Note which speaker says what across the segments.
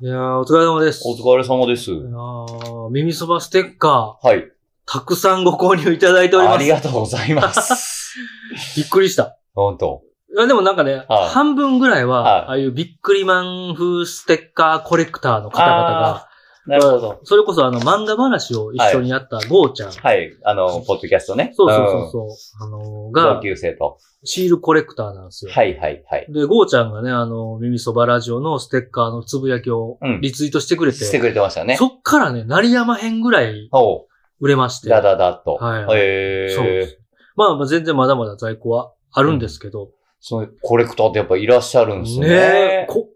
Speaker 1: いやー、お疲れ様です。
Speaker 2: お疲れ様です。
Speaker 1: いやー耳そばステッカ
Speaker 2: はい。
Speaker 1: ー、たくさんご購入いただいておりま
Speaker 2: あ
Speaker 1: す。
Speaker 2: りがとうございます。
Speaker 1: びっくりした。
Speaker 2: 本当。
Speaker 1: いや、でもなんかね、
Speaker 2: はい
Speaker 1: 半分ぐらいは、
Speaker 2: はい
Speaker 1: ああいうビックリマン風ステッカーコレクターの方々が、
Speaker 2: なるほど。
Speaker 1: それこそあの漫画話を一緒にやったゴーちゃん。
Speaker 2: はい。あの、ポッドキャストね。
Speaker 1: そうそうそうそう、あのー
Speaker 2: うん。同
Speaker 1: が、
Speaker 2: 級生と。
Speaker 1: シールコレクターなんですよ。
Speaker 2: はいはいはい。
Speaker 1: で、ゴーちゃんがね、あの、耳そばラジオのステッカーのつぶやきを
Speaker 2: うん
Speaker 1: リツイートしてくれて、
Speaker 2: してくれてましたね。
Speaker 1: そっからね、成山編ぐらい
Speaker 2: おう。
Speaker 1: 売れまして。
Speaker 2: だだだっと。
Speaker 1: はい
Speaker 2: へ
Speaker 1: そうで
Speaker 2: え。
Speaker 1: す。まあまあ全然まだまだ在庫はあるんですけど。
Speaker 2: そのコレクターってやっぱいらっしゃるんですね。
Speaker 1: ねえ。こ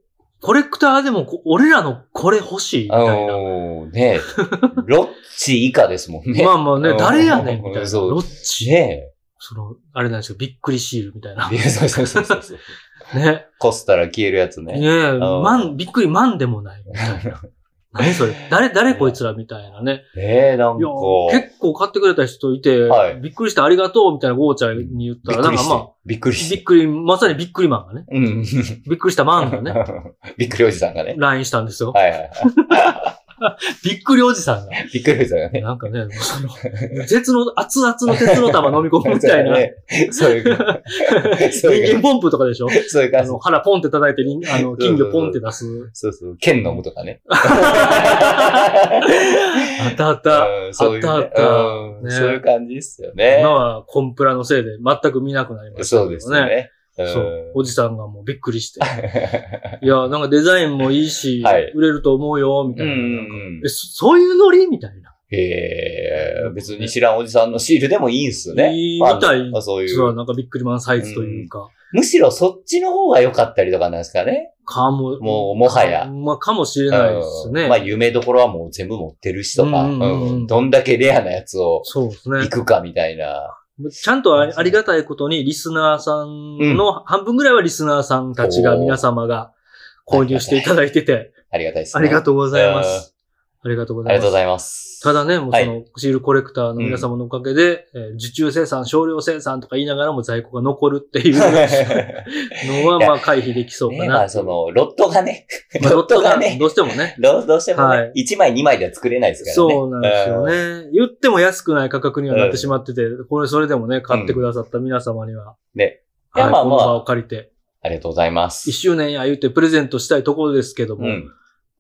Speaker 1: コレクターでもこ俺らのこれ欲しいみたいな。
Speaker 2: うん。ね え。ロッチ以下ですもんね。
Speaker 1: まあまあ
Speaker 2: う
Speaker 1: ね、
Speaker 2: ん
Speaker 1: 誰やねんみたいな。
Speaker 2: そう
Speaker 1: ロッチ。
Speaker 2: ね
Speaker 1: その、あれなんですよ、びっくりシールみたいな。
Speaker 2: え。い
Speaker 1: ね。
Speaker 2: やそうそうそうそうそう。
Speaker 1: ね
Speaker 2: こすったら消えるやつね。
Speaker 1: え、まん、びっくりマンでもないみたい な。何それ誰、誰こいつらみたいなね。
Speaker 2: ねえ、なん
Speaker 1: い
Speaker 2: か
Speaker 1: や。結構買ってくれた人いて、
Speaker 2: はい
Speaker 1: びっくりしてありがとうみたいなゴーちゃんに言った
Speaker 2: び
Speaker 1: ら、
Speaker 2: っく
Speaker 1: なん
Speaker 2: り
Speaker 1: か
Speaker 2: し
Speaker 1: ま
Speaker 2: て
Speaker 1: あ、。
Speaker 2: びっくり
Speaker 1: びっ
Speaker 2: して。
Speaker 1: くり、まさにびっくりマンがね、
Speaker 2: うん。
Speaker 1: びっくりしたマンが ね、
Speaker 2: びっくりおじさんがね。
Speaker 1: LINE したんですよ。
Speaker 2: はいはいはい。
Speaker 1: びっくりおじさんが。
Speaker 2: びっくりしたよね。
Speaker 1: なんかね、もうそ の、鉄の、熱々の鉄の玉飲み込むみたいな。
Speaker 2: そういう ね。 そういう
Speaker 1: 人間
Speaker 2: 感
Speaker 1: ポンプとかでしょ
Speaker 2: じ。そういう
Speaker 1: あ
Speaker 2: 感じ
Speaker 1: の、。腹ポンって叩いてりん、あの、金魚ポンって出す。
Speaker 2: そうそう。剣飲むと かね。
Speaker 1: あったあった。
Speaker 2: うんそういうね
Speaker 1: あったあった
Speaker 2: うん
Speaker 1: ね
Speaker 2: そういう感じですよね
Speaker 1: 今。はコンプラのせいで全く見なくなりましたけど
Speaker 2: そうですね。うん
Speaker 1: そう。おじさんがもうびっくりして。いや、なんかデザインもいいし、
Speaker 2: はい
Speaker 1: 売れると思うよ、みた
Speaker 2: う
Speaker 1: い
Speaker 2: ん
Speaker 1: な。
Speaker 2: うんうん
Speaker 1: え、そそういうノリみたいな。
Speaker 2: えー別に知らんおじさんのシールでもいいんすよね。
Speaker 1: いいみたい
Speaker 2: まあそうい
Speaker 1: 実は
Speaker 2: う。
Speaker 1: なんかびっくりマンサイズというか、
Speaker 2: むしろそっちの方が良かったりとかなんですかね。
Speaker 1: かも、
Speaker 2: もう、もはや。
Speaker 1: まあ、かもしれないです
Speaker 2: う
Speaker 1: ね。
Speaker 2: んまあ、有名どころはもう全部持ってるしとか、
Speaker 1: うんうんうん
Speaker 2: うんどんだけレアなやつを
Speaker 1: そうです
Speaker 2: 行
Speaker 1: ね。
Speaker 2: くかみたいな。
Speaker 1: ちゃんとありありがたいことに、リスナーさんの半分ぐらいはリスナーさんたちが、
Speaker 2: おー
Speaker 1: 皆様が購入していただいてて、
Speaker 2: ありがたいです
Speaker 1: あ
Speaker 2: ね。
Speaker 1: りがとうございま
Speaker 2: うん
Speaker 1: す。ありがとうご
Speaker 2: あ
Speaker 1: ざ
Speaker 2: り
Speaker 1: い
Speaker 2: が
Speaker 1: ま
Speaker 2: とうご
Speaker 1: す。
Speaker 2: ざいます。
Speaker 1: ただ ね、もう
Speaker 2: は
Speaker 1: そ
Speaker 2: い
Speaker 1: の、シールコレクターの皆様のおかげで、えー受注生産、少量生産とか言いながらも在庫が残るっていう のは、まあ回避できそうか
Speaker 2: ねま
Speaker 1: な
Speaker 2: あ、。その、ロットがね、
Speaker 1: まあ
Speaker 2: ロットがね
Speaker 1: どうしてもね。
Speaker 2: どうどうしてもね、
Speaker 1: はい
Speaker 2: 1枚2枚では作れないですからね。
Speaker 1: そうなんですよね。言っても安くない価格にはなってしまってて、これそれでもね、買ってくださった皆様には。
Speaker 2: ねいや
Speaker 1: はい、
Speaker 2: まあ
Speaker 1: この
Speaker 2: まあ
Speaker 1: 場を借りて。
Speaker 2: ありがとうございます
Speaker 1: 一。周年や言うてプレゼントしたいところですけども、
Speaker 2: うん。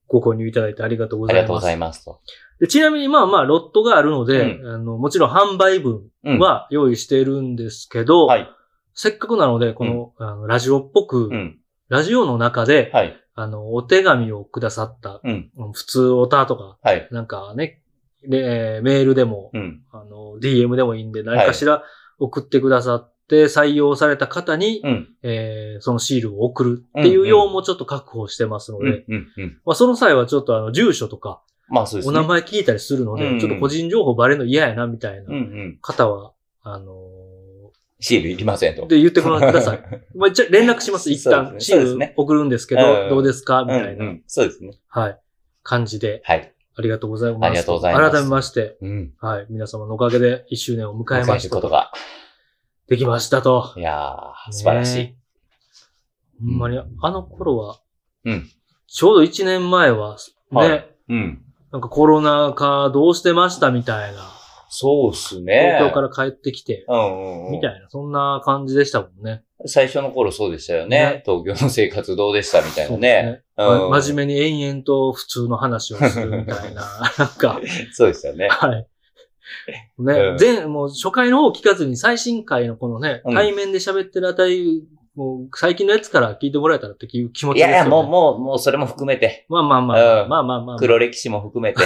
Speaker 1: ご購入いただいてありがとうご
Speaker 2: あ
Speaker 1: ざ
Speaker 2: り
Speaker 1: います。
Speaker 2: がとうございますと。
Speaker 1: でちなみにまあまあ、ロットがあるので、
Speaker 2: う
Speaker 1: あのもちろん販売分
Speaker 2: うん。
Speaker 1: は用意してるんですけど、
Speaker 2: はい。
Speaker 1: せっかくなので、この,、あのラジオっぽく、
Speaker 2: うん。
Speaker 1: ラジオの中で、
Speaker 2: はい。
Speaker 1: あの、お手紙をくださった、
Speaker 2: うん。
Speaker 1: 普通おたとか、
Speaker 2: はい。
Speaker 1: なんかね、でえーメールでも、
Speaker 2: うん。
Speaker 1: あの、DM でもいいんで、何かしら送ってくださって、採用された方に、
Speaker 2: うん。
Speaker 1: えーそのシールを送るっていう用もちょっと確保してますので、
Speaker 2: うん。うん。うん。
Speaker 1: まあ、その際はちょっとあの、住所とか、
Speaker 2: まあ、そうです
Speaker 1: お
Speaker 2: ね。
Speaker 1: 名前聞いたりするので、
Speaker 2: うんうん
Speaker 1: ちょっと個人情報バレるの嫌やな、みたい
Speaker 2: うん。う。
Speaker 1: なん方は、あの
Speaker 2: シールいりません
Speaker 1: ー
Speaker 2: と。
Speaker 1: で、言ってくだ さい。まあ、じゃあ連絡します、一
Speaker 2: そう
Speaker 1: 旦。
Speaker 2: です
Speaker 1: シ
Speaker 2: ねそうです
Speaker 1: ール
Speaker 2: ね
Speaker 1: 送るんですけ
Speaker 2: う
Speaker 1: ど、
Speaker 2: ん
Speaker 1: どうですかみ
Speaker 2: うん。
Speaker 1: たいうな、
Speaker 2: ん。そうですね。
Speaker 1: はい、感じで、
Speaker 2: はい。
Speaker 1: ありがとうございます。
Speaker 2: ありがとうございます
Speaker 1: 改めまして、
Speaker 2: うん。
Speaker 1: はい、皆様のおかげで1周年を迎え
Speaker 2: 迎
Speaker 1: ま
Speaker 2: え
Speaker 1: し
Speaker 2: る
Speaker 1: た。
Speaker 2: こととが。
Speaker 1: できましたと。
Speaker 2: いやー、素晴らしい。
Speaker 1: ねえ。ほんまに、あの頃は、
Speaker 2: うん
Speaker 1: ちょうど1年前は、ね、
Speaker 2: はいうん。
Speaker 1: なんかコロナ禍どうしてましたみたいな。
Speaker 2: そうっすね。
Speaker 1: 東京から帰ってきて、
Speaker 2: うんうんうん。
Speaker 1: みたいな、そんな感じでしたもんね。
Speaker 2: 最初の頃そうでしたよ
Speaker 1: ね
Speaker 2: ね。東京の生活どうでしたみたい
Speaker 1: そ
Speaker 2: な
Speaker 1: うです
Speaker 2: ね。
Speaker 1: ね。
Speaker 2: うん
Speaker 1: ま真面目に延々と普通の話をするみたい な、なんか、
Speaker 2: そうでしたね。
Speaker 1: はい。ね、
Speaker 2: うん
Speaker 1: 前、もう初回の方を聞かずに最新回のこのね、
Speaker 2: うん
Speaker 1: 対面で喋ってるあたり、もう最近のやつから聞いてもらえたらっていう気持ち
Speaker 2: い
Speaker 1: ですよ、
Speaker 2: や
Speaker 1: ね。
Speaker 2: いや、もう、もう、もうそれも含めて、
Speaker 1: まあまあまあ、
Speaker 2: うん
Speaker 1: まあまあまあ、
Speaker 2: 黒歴史も含 めて、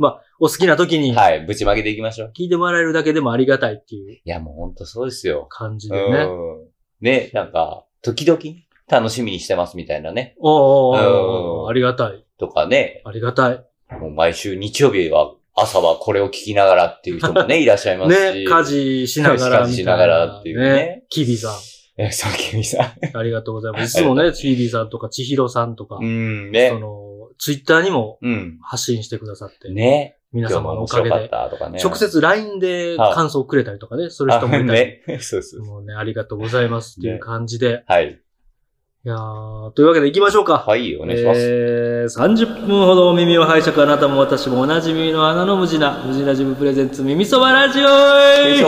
Speaker 1: まあ、お好きな時に
Speaker 2: はい、ぶちまけていきましょう。
Speaker 1: 聞いてもらえるだけでもありがたいっていう
Speaker 2: いや、もうほんとそうですよ。
Speaker 1: 感じでね。
Speaker 2: うん。ね、なんか、時々楽しみにしてますみたいなね。
Speaker 1: おうおうおう
Speaker 2: うん
Speaker 1: ありがたい。
Speaker 2: とかね、
Speaker 1: ありがたい。
Speaker 2: もう毎週日曜日は朝はこれを聞きながらっていう 人もね、いらっしゃいますし。
Speaker 1: ね、家事しながら
Speaker 2: 家
Speaker 1: みたい
Speaker 2: 事
Speaker 1: な。
Speaker 2: しながらっていうね
Speaker 1: キビさ
Speaker 2: え。そう、君さ
Speaker 1: ん、ありがとうございます。いつもね、キビさんとか千尋さんとか、
Speaker 2: ん。うん、
Speaker 1: そ
Speaker 2: ね。
Speaker 1: の、ツイッターにも
Speaker 2: うん。
Speaker 1: 発信してくださって、
Speaker 2: ね。
Speaker 1: 皆
Speaker 2: 今
Speaker 1: 様
Speaker 2: 日も
Speaker 1: のお
Speaker 2: 面
Speaker 1: か
Speaker 2: 白
Speaker 1: げ
Speaker 2: かっ
Speaker 1: で、
Speaker 2: たとかね。
Speaker 1: 直接 LINE で
Speaker 2: はい
Speaker 1: 感想をくれたりとかね、する人もいたり、
Speaker 2: ね。そうそうそう。
Speaker 1: もうね、ありがとうございますっていう感じで、
Speaker 2: はい。
Speaker 1: いやーというわけで行きましょうか。
Speaker 2: はい、お願いします。
Speaker 1: えー、30分ほどお耳を拝借あなたも私もおなじみの穴の無地な、無地なジムプレゼンツ耳そばラジオ
Speaker 2: よいしょ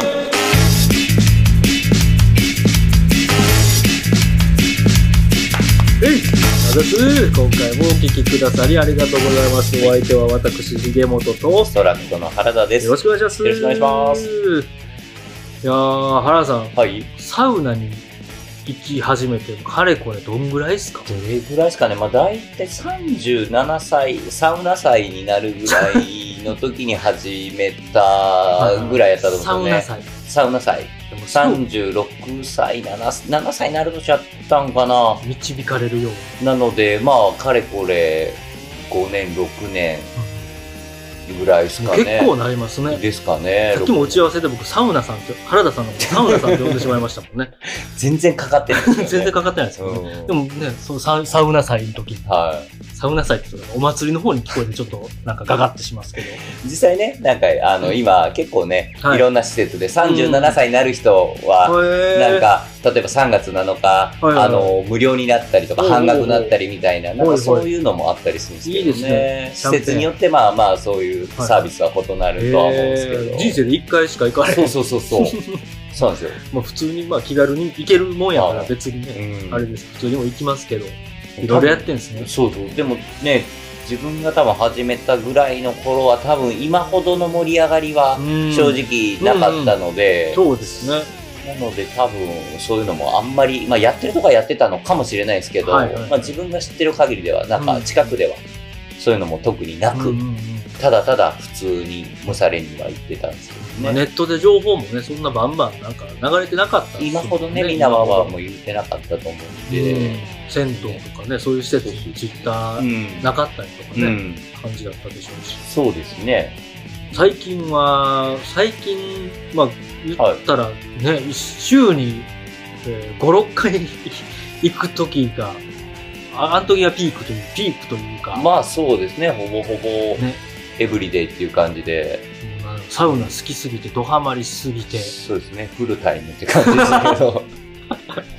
Speaker 1: えいあざす今回もお聞きくださりありがとうございます。お相手は私、秀本と、よ
Speaker 2: ストラクトの原田です。
Speaker 1: ろしくお願いします。
Speaker 2: よろしくお願いします。
Speaker 1: いやー、原田さん、
Speaker 2: はい。
Speaker 1: サウナに行き始めて、かれこれどんぐらいですか
Speaker 2: どれぐらいですかね、まあ、大体37歳、サウナ歳になるぐらいの時に始めたぐらいやったと思うんです
Speaker 1: サ
Speaker 2: よ
Speaker 1: ウナ祭。
Speaker 2: ね。サウナ歳。
Speaker 1: でも
Speaker 2: 36歳、7, 7歳になるとちゃったんかな。
Speaker 1: 導かれるよう
Speaker 2: なので、まあ、かれこれ、5年、6年ぐらいです
Speaker 1: に
Speaker 2: かね。
Speaker 1: 結構なりますね。
Speaker 2: ですかね。
Speaker 1: さっきも打ち合わせで僕、サウナさんって、原田さんのことサウナさんって呼んでしまいましたもん ね。
Speaker 2: 全然かかってないですよね。
Speaker 1: 全然かかってないですよね。
Speaker 2: うん
Speaker 1: でもね、そのササウナ祭の時、
Speaker 2: はい。
Speaker 1: サウナ祭って言うとお祭りの方に聞こえてちょっとなんかガガってしますけど。
Speaker 2: 実際ね、なんか、あの、今、結構ね、
Speaker 1: はい
Speaker 2: い、ろんな施設で37歳になる人は、なん
Speaker 1: へ
Speaker 2: か、例えば3月7日、
Speaker 1: いはい
Speaker 2: あの、無料になったりとか、
Speaker 1: おうおうおう
Speaker 2: 半額になったりみたいな、なん
Speaker 1: はいは
Speaker 2: か
Speaker 1: い
Speaker 2: そういうのもあったりするんですけどね。
Speaker 1: いいですね
Speaker 2: 施設によって、まあまあ、そういうサービスは異なるとは思うんですけど。
Speaker 1: 人生で一回しか行かない。
Speaker 2: そうそうそう そう。そうなんですよ。
Speaker 1: まあ普通にまあ気軽に行けるもんやから
Speaker 2: はい
Speaker 1: 別にね、
Speaker 2: うん
Speaker 1: あれです。普通にも行きますけど、いろいろやってんですね。
Speaker 2: そうそう。でもね、自分が多分始めたぐらいの頃は多分今ほどの盛り上がりは
Speaker 1: うん
Speaker 2: 正直なかったので、
Speaker 1: そうですね。
Speaker 2: なので多分そういうのもあんまり、まあやってるとかやってたのかもしれないですけど、
Speaker 1: はいはい
Speaker 2: まあ自分が知ってる限りでは、なんか近くではそういうのも特になく、
Speaker 1: うんうんうん
Speaker 2: ただただ普通にむされには行ってたんですけ
Speaker 1: ま
Speaker 2: ど
Speaker 1: あ
Speaker 2: ね。
Speaker 1: ネットで情報もね、そんなバンバンなんか流れてなかったんですよ
Speaker 2: 今ほどね、みんなははもう言ってなかったと思うん
Speaker 1: で
Speaker 2: で、
Speaker 1: 銭湯とかね、そういう施設にツイッタ
Speaker 2: う
Speaker 1: ー
Speaker 2: ん
Speaker 1: なかったりとか
Speaker 2: う
Speaker 1: ね、
Speaker 2: ん
Speaker 1: 感じだったでしょうし。
Speaker 2: そうですね。
Speaker 1: 最近は、最近、まあ、言ったらね、一週に、えー5、6回 行く時が、ああの時がピークという、ピークというか、
Speaker 2: まあそうですね、ほぼほぼ
Speaker 1: ね
Speaker 2: エブリデイっていう感じで、
Speaker 1: まあサウナ好きすぎて、ドハマりしすぎて、
Speaker 2: そうですね、フルタイムって感じですけ ど、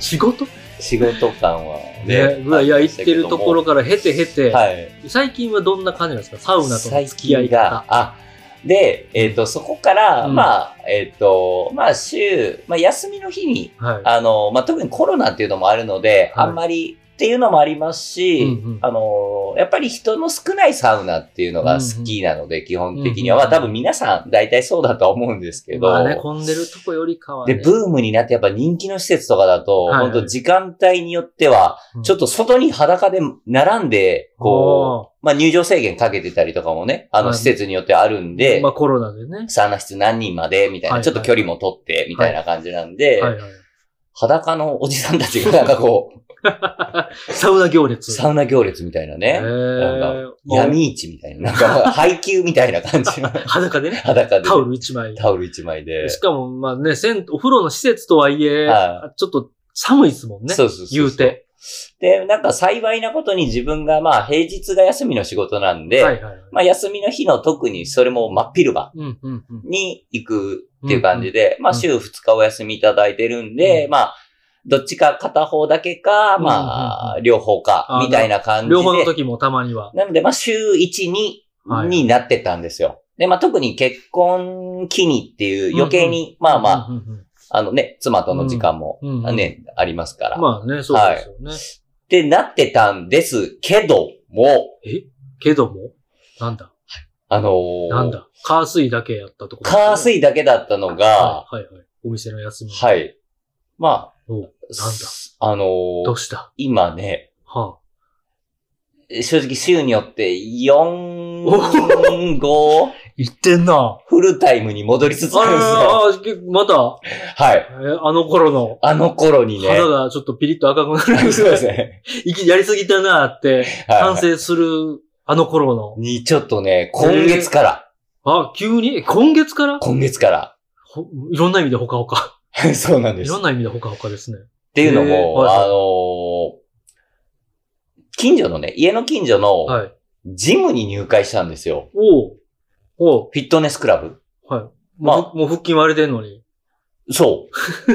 Speaker 1: 仕事
Speaker 2: 仕事感はね。
Speaker 1: ね、ぐらい、いや、行ってるところから経て経て、
Speaker 2: はい。
Speaker 1: 最近はどんな感じなんですかサウナとの
Speaker 2: 最
Speaker 1: 付き合い
Speaker 2: 近が
Speaker 1: 方。、
Speaker 2: あ、で、えっ、と、そこから、
Speaker 1: うん
Speaker 2: まあ、えっ、と、まあ、週、まあ、休みの日に、
Speaker 1: はい。
Speaker 2: あの、まあ、特にコロナっていうのもあるので、
Speaker 1: はい
Speaker 2: あんまりっていうのもありますし、
Speaker 1: うんうん
Speaker 2: あの、やっぱり人の少ないサウナっていうのが好きなので、基本的には、
Speaker 1: うんうん
Speaker 2: まあ、多分皆さん大体そうだとは思うんですけど、
Speaker 1: まあね、混んでるとこよりかは、
Speaker 2: で、
Speaker 1: ね。
Speaker 2: ブームになってやっぱ人気の施設とかだと、
Speaker 1: はいはい
Speaker 2: 本当時間帯によっては
Speaker 1: うん、
Speaker 2: ちょっと外に裸で並んで、こう、まあ入場制限かけてたりとかもね、あ
Speaker 1: は
Speaker 2: の
Speaker 1: い
Speaker 2: 施設によってあるんで
Speaker 1: ま、あコロナでね。
Speaker 2: サウナ室何人までみたい
Speaker 1: はいは
Speaker 2: な、
Speaker 1: い
Speaker 2: ちょっと距離も取って、みたいな感じなんで、
Speaker 1: はいはい。
Speaker 2: 裸のおじさんたちがなんかこう、
Speaker 1: サウナ行列。
Speaker 2: サウナ行列みたいな
Speaker 1: ナ
Speaker 2: ね、なん
Speaker 1: えー、
Speaker 2: 闇市みたいな、なん か配給みたいな感じの
Speaker 1: 裸でね、
Speaker 2: 裸で
Speaker 1: タオル一枚。
Speaker 2: タオル一枚で。
Speaker 1: しかも、まあね、銭お風呂の施設とはいえ、
Speaker 2: は
Speaker 1: ちょっと寒いですもんね。
Speaker 2: そうそうそうそう
Speaker 1: 言うて。
Speaker 2: で、なんか幸いなことに自分がまあ平日が休みの仕事なんで、
Speaker 1: はいはいはい。
Speaker 2: まあ、休みの日の特にそれも真っ昼間
Speaker 1: うんうんうん。
Speaker 2: に行くっていう感じで、まあ、週2日お休みいただいてるんで、
Speaker 1: うん
Speaker 2: まあ、どっちか片方だけか、
Speaker 1: うん
Speaker 2: ま
Speaker 1: うん
Speaker 2: あ、両方
Speaker 1: あ
Speaker 2: か
Speaker 1: ー、
Speaker 2: みたいな感じで。
Speaker 1: 両方の時もたまには。
Speaker 2: なので、まあ、週1、
Speaker 1: は
Speaker 2: 2
Speaker 1: い
Speaker 2: になってたんですよ。で、まあ、特に結婚期にっていう余計に、まあまあ、
Speaker 1: うんうん
Speaker 2: あのね、妻との時間も、
Speaker 1: うんうん
Speaker 2: ね、ありますから。
Speaker 1: うん。まあね、そうですよね。
Speaker 2: ってなってたんですけども、
Speaker 1: けども、なんだ、
Speaker 2: あのー
Speaker 1: なんだ、カー水だけやったところ、
Speaker 2: 火水だけだったのが、
Speaker 1: はいはいはい。お店の休み。
Speaker 2: はい。ま
Speaker 1: おう
Speaker 2: あ、
Speaker 1: なんだ
Speaker 2: すあのー
Speaker 1: どうした
Speaker 2: 今ね、
Speaker 1: は
Speaker 2: 正直週によって4、
Speaker 1: お
Speaker 2: 5、
Speaker 1: あ。言ってんな。
Speaker 2: フルタイムに戻りつつあるんですよ。
Speaker 1: あーあー、けまた、
Speaker 2: はい。
Speaker 1: えーあの頃の
Speaker 2: あの頃にね
Speaker 1: 肌。がちょっとピリッと赤くなる。
Speaker 2: そうですね。
Speaker 1: いきやりすぎたなーって反
Speaker 2: はい。
Speaker 1: 省するあの頃の。
Speaker 2: に、ちょっとね、今月から、
Speaker 1: あ、急にえ今月から
Speaker 2: 今月から、
Speaker 1: ほいろんな意味でほかほか。
Speaker 2: そうなんで
Speaker 1: い
Speaker 2: す。っ
Speaker 1: ろんな意味でほかほかですね。
Speaker 2: ていうの
Speaker 1: へー
Speaker 2: も、
Speaker 1: はいはい
Speaker 2: あのー近所のね、家の近所の
Speaker 1: はい。
Speaker 2: ジムに入会したんですよ。
Speaker 1: おうおう
Speaker 2: フィットネスクラブ。
Speaker 1: はい。もう,、
Speaker 2: まあ
Speaker 1: もう腹筋割れてんのに。
Speaker 2: そう。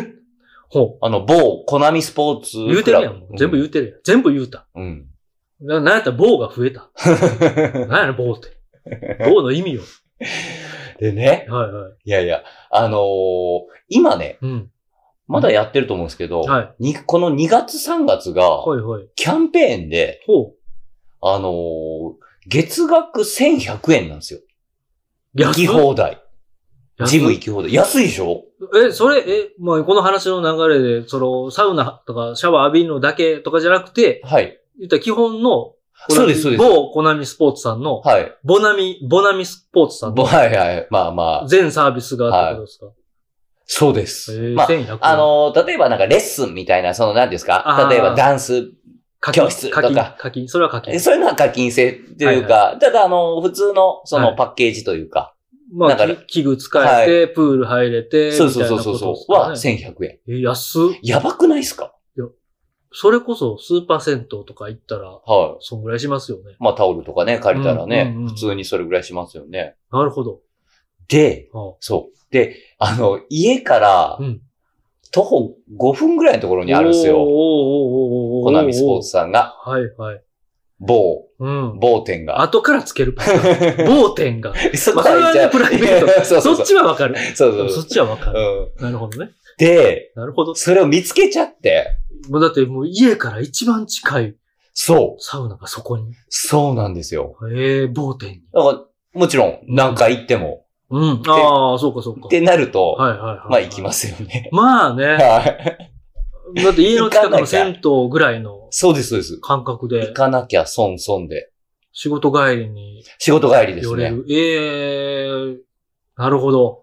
Speaker 1: ほ
Speaker 2: あの、某、コナミスポーツ
Speaker 1: う。言う
Speaker 2: ク
Speaker 1: てる
Speaker 2: ラ
Speaker 1: やん。も
Speaker 2: ブ。
Speaker 1: う全部言うてるやん。全部言うた。
Speaker 2: うん。
Speaker 1: ななんやったら棒が増え た。
Speaker 2: うん。
Speaker 1: なんやねん、棒 って。棒の意味を。
Speaker 2: でね、
Speaker 1: はいはい。
Speaker 2: いやいや、あのー今ね、
Speaker 1: うん。
Speaker 2: まだやってると思うんですけど、
Speaker 1: はい。
Speaker 2: にこの2月3月が、
Speaker 1: はいはい。
Speaker 2: キャンペーンで、
Speaker 1: ほう。
Speaker 2: あのー月額1100円なんですよ。行
Speaker 1: 安
Speaker 2: き放題。
Speaker 1: 安
Speaker 2: ジム行き放題。安いでしょ
Speaker 1: え、それ、え、まあ、この話の流れで、その、サウナとかシャワー浴びるのだけとかじゃなくて、
Speaker 2: はい。
Speaker 1: 言ったら基本の、コナミ
Speaker 2: そうです、そうです。
Speaker 1: 某コナミスポーツさんの、
Speaker 2: はい。
Speaker 1: ボナミ、ボナミスポーツさん
Speaker 2: ぼ
Speaker 1: の
Speaker 2: はいはい。まあまあ、
Speaker 1: 全サービスがあってことですか、
Speaker 2: そうです。
Speaker 1: えー
Speaker 2: まあ、
Speaker 1: 1100
Speaker 2: あのー例えばなんかレッスンみたいな、その何です
Speaker 1: あ
Speaker 2: か
Speaker 1: ー
Speaker 2: 例えばダンス、
Speaker 1: 課
Speaker 2: 教室とか
Speaker 1: 課金、課金、それは課金。
Speaker 2: そういうのは課金制というか、ただあのー普通のそ
Speaker 1: は
Speaker 2: の
Speaker 1: い
Speaker 2: パッケージというか、
Speaker 1: ま
Speaker 2: だか
Speaker 1: あ
Speaker 2: ら、
Speaker 1: き器具使えて、プール入れて、
Speaker 2: そうそうそうそう
Speaker 1: みたいなこと
Speaker 2: そ
Speaker 1: です
Speaker 2: う、
Speaker 1: か
Speaker 2: は
Speaker 1: ね
Speaker 2: 1100円。
Speaker 1: え安っ。
Speaker 2: やばくないですか
Speaker 1: それこそスーパー銭湯とか行ったら、
Speaker 2: は
Speaker 1: そんぐらいしますよね。
Speaker 2: い。まあタオルとかね、借りたらね、
Speaker 1: うんうんうん
Speaker 2: 普通にそれぐらいしますよね。
Speaker 1: なるほど。
Speaker 2: で、
Speaker 1: あ
Speaker 2: そう。で、あの、家から
Speaker 1: うん、
Speaker 2: 徒歩5分ぐらいのところにあるんです
Speaker 1: おーおー
Speaker 2: よ。
Speaker 1: おーおーおー
Speaker 2: コナミスポーツさんが、
Speaker 1: はいはい。
Speaker 2: 某、
Speaker 1: うん。
Speaker 2: 某店が。
Speaker 1: 後からつけるパタ ーン。盲点が。
Speaker 2: そ
Speaker 1: まあそれはねプライベー
Speaker 2: ト そうそう
Speaker 1: そ
Speaker 2: そう。
Speaker 1: っちはわかる。
Speaker 2: そうそうそ
Speaker 1: そうっちはわかる。
Speaker 2: うん
Speaker 1: なるほどね。
Speaker 2: で、
Speaker 1: なるほど。
Speaker 2: それを見つけちゃって、
Speaker 1: もうだってもう家から一番近い
Speaker 2: そう、
Speaker 1: サウナがそこに。
Speaker 2: そうなんですよ。
Speaker 1: ええ盲点に。
Speaker 2: だから、もちろん、何回行っても、
Speaker 1: うん。ああ、そうかそうか。
Speaker 2: ってなると、
Speaker 1: はいはいはいはい。。
Speaker 2: まあ行きますすよね。
Speaker 1: まあね。
Speaker 2: はい。
Speaker 1: だって家の近くの銭湯ぐらいの
Speaker 2: そうです、そうです。
Speaker 1: 感覚
Speaker 2: 行
Speaker 1: で、
Speaker 2: かなきゃ損損で。
Speaker 1: 仕事帰りに
Speaker 2: 仕事帰りです
Speaker 1: 寄れ
Speaker 2: ね。っ
Speaker 1: る。ええなるほど。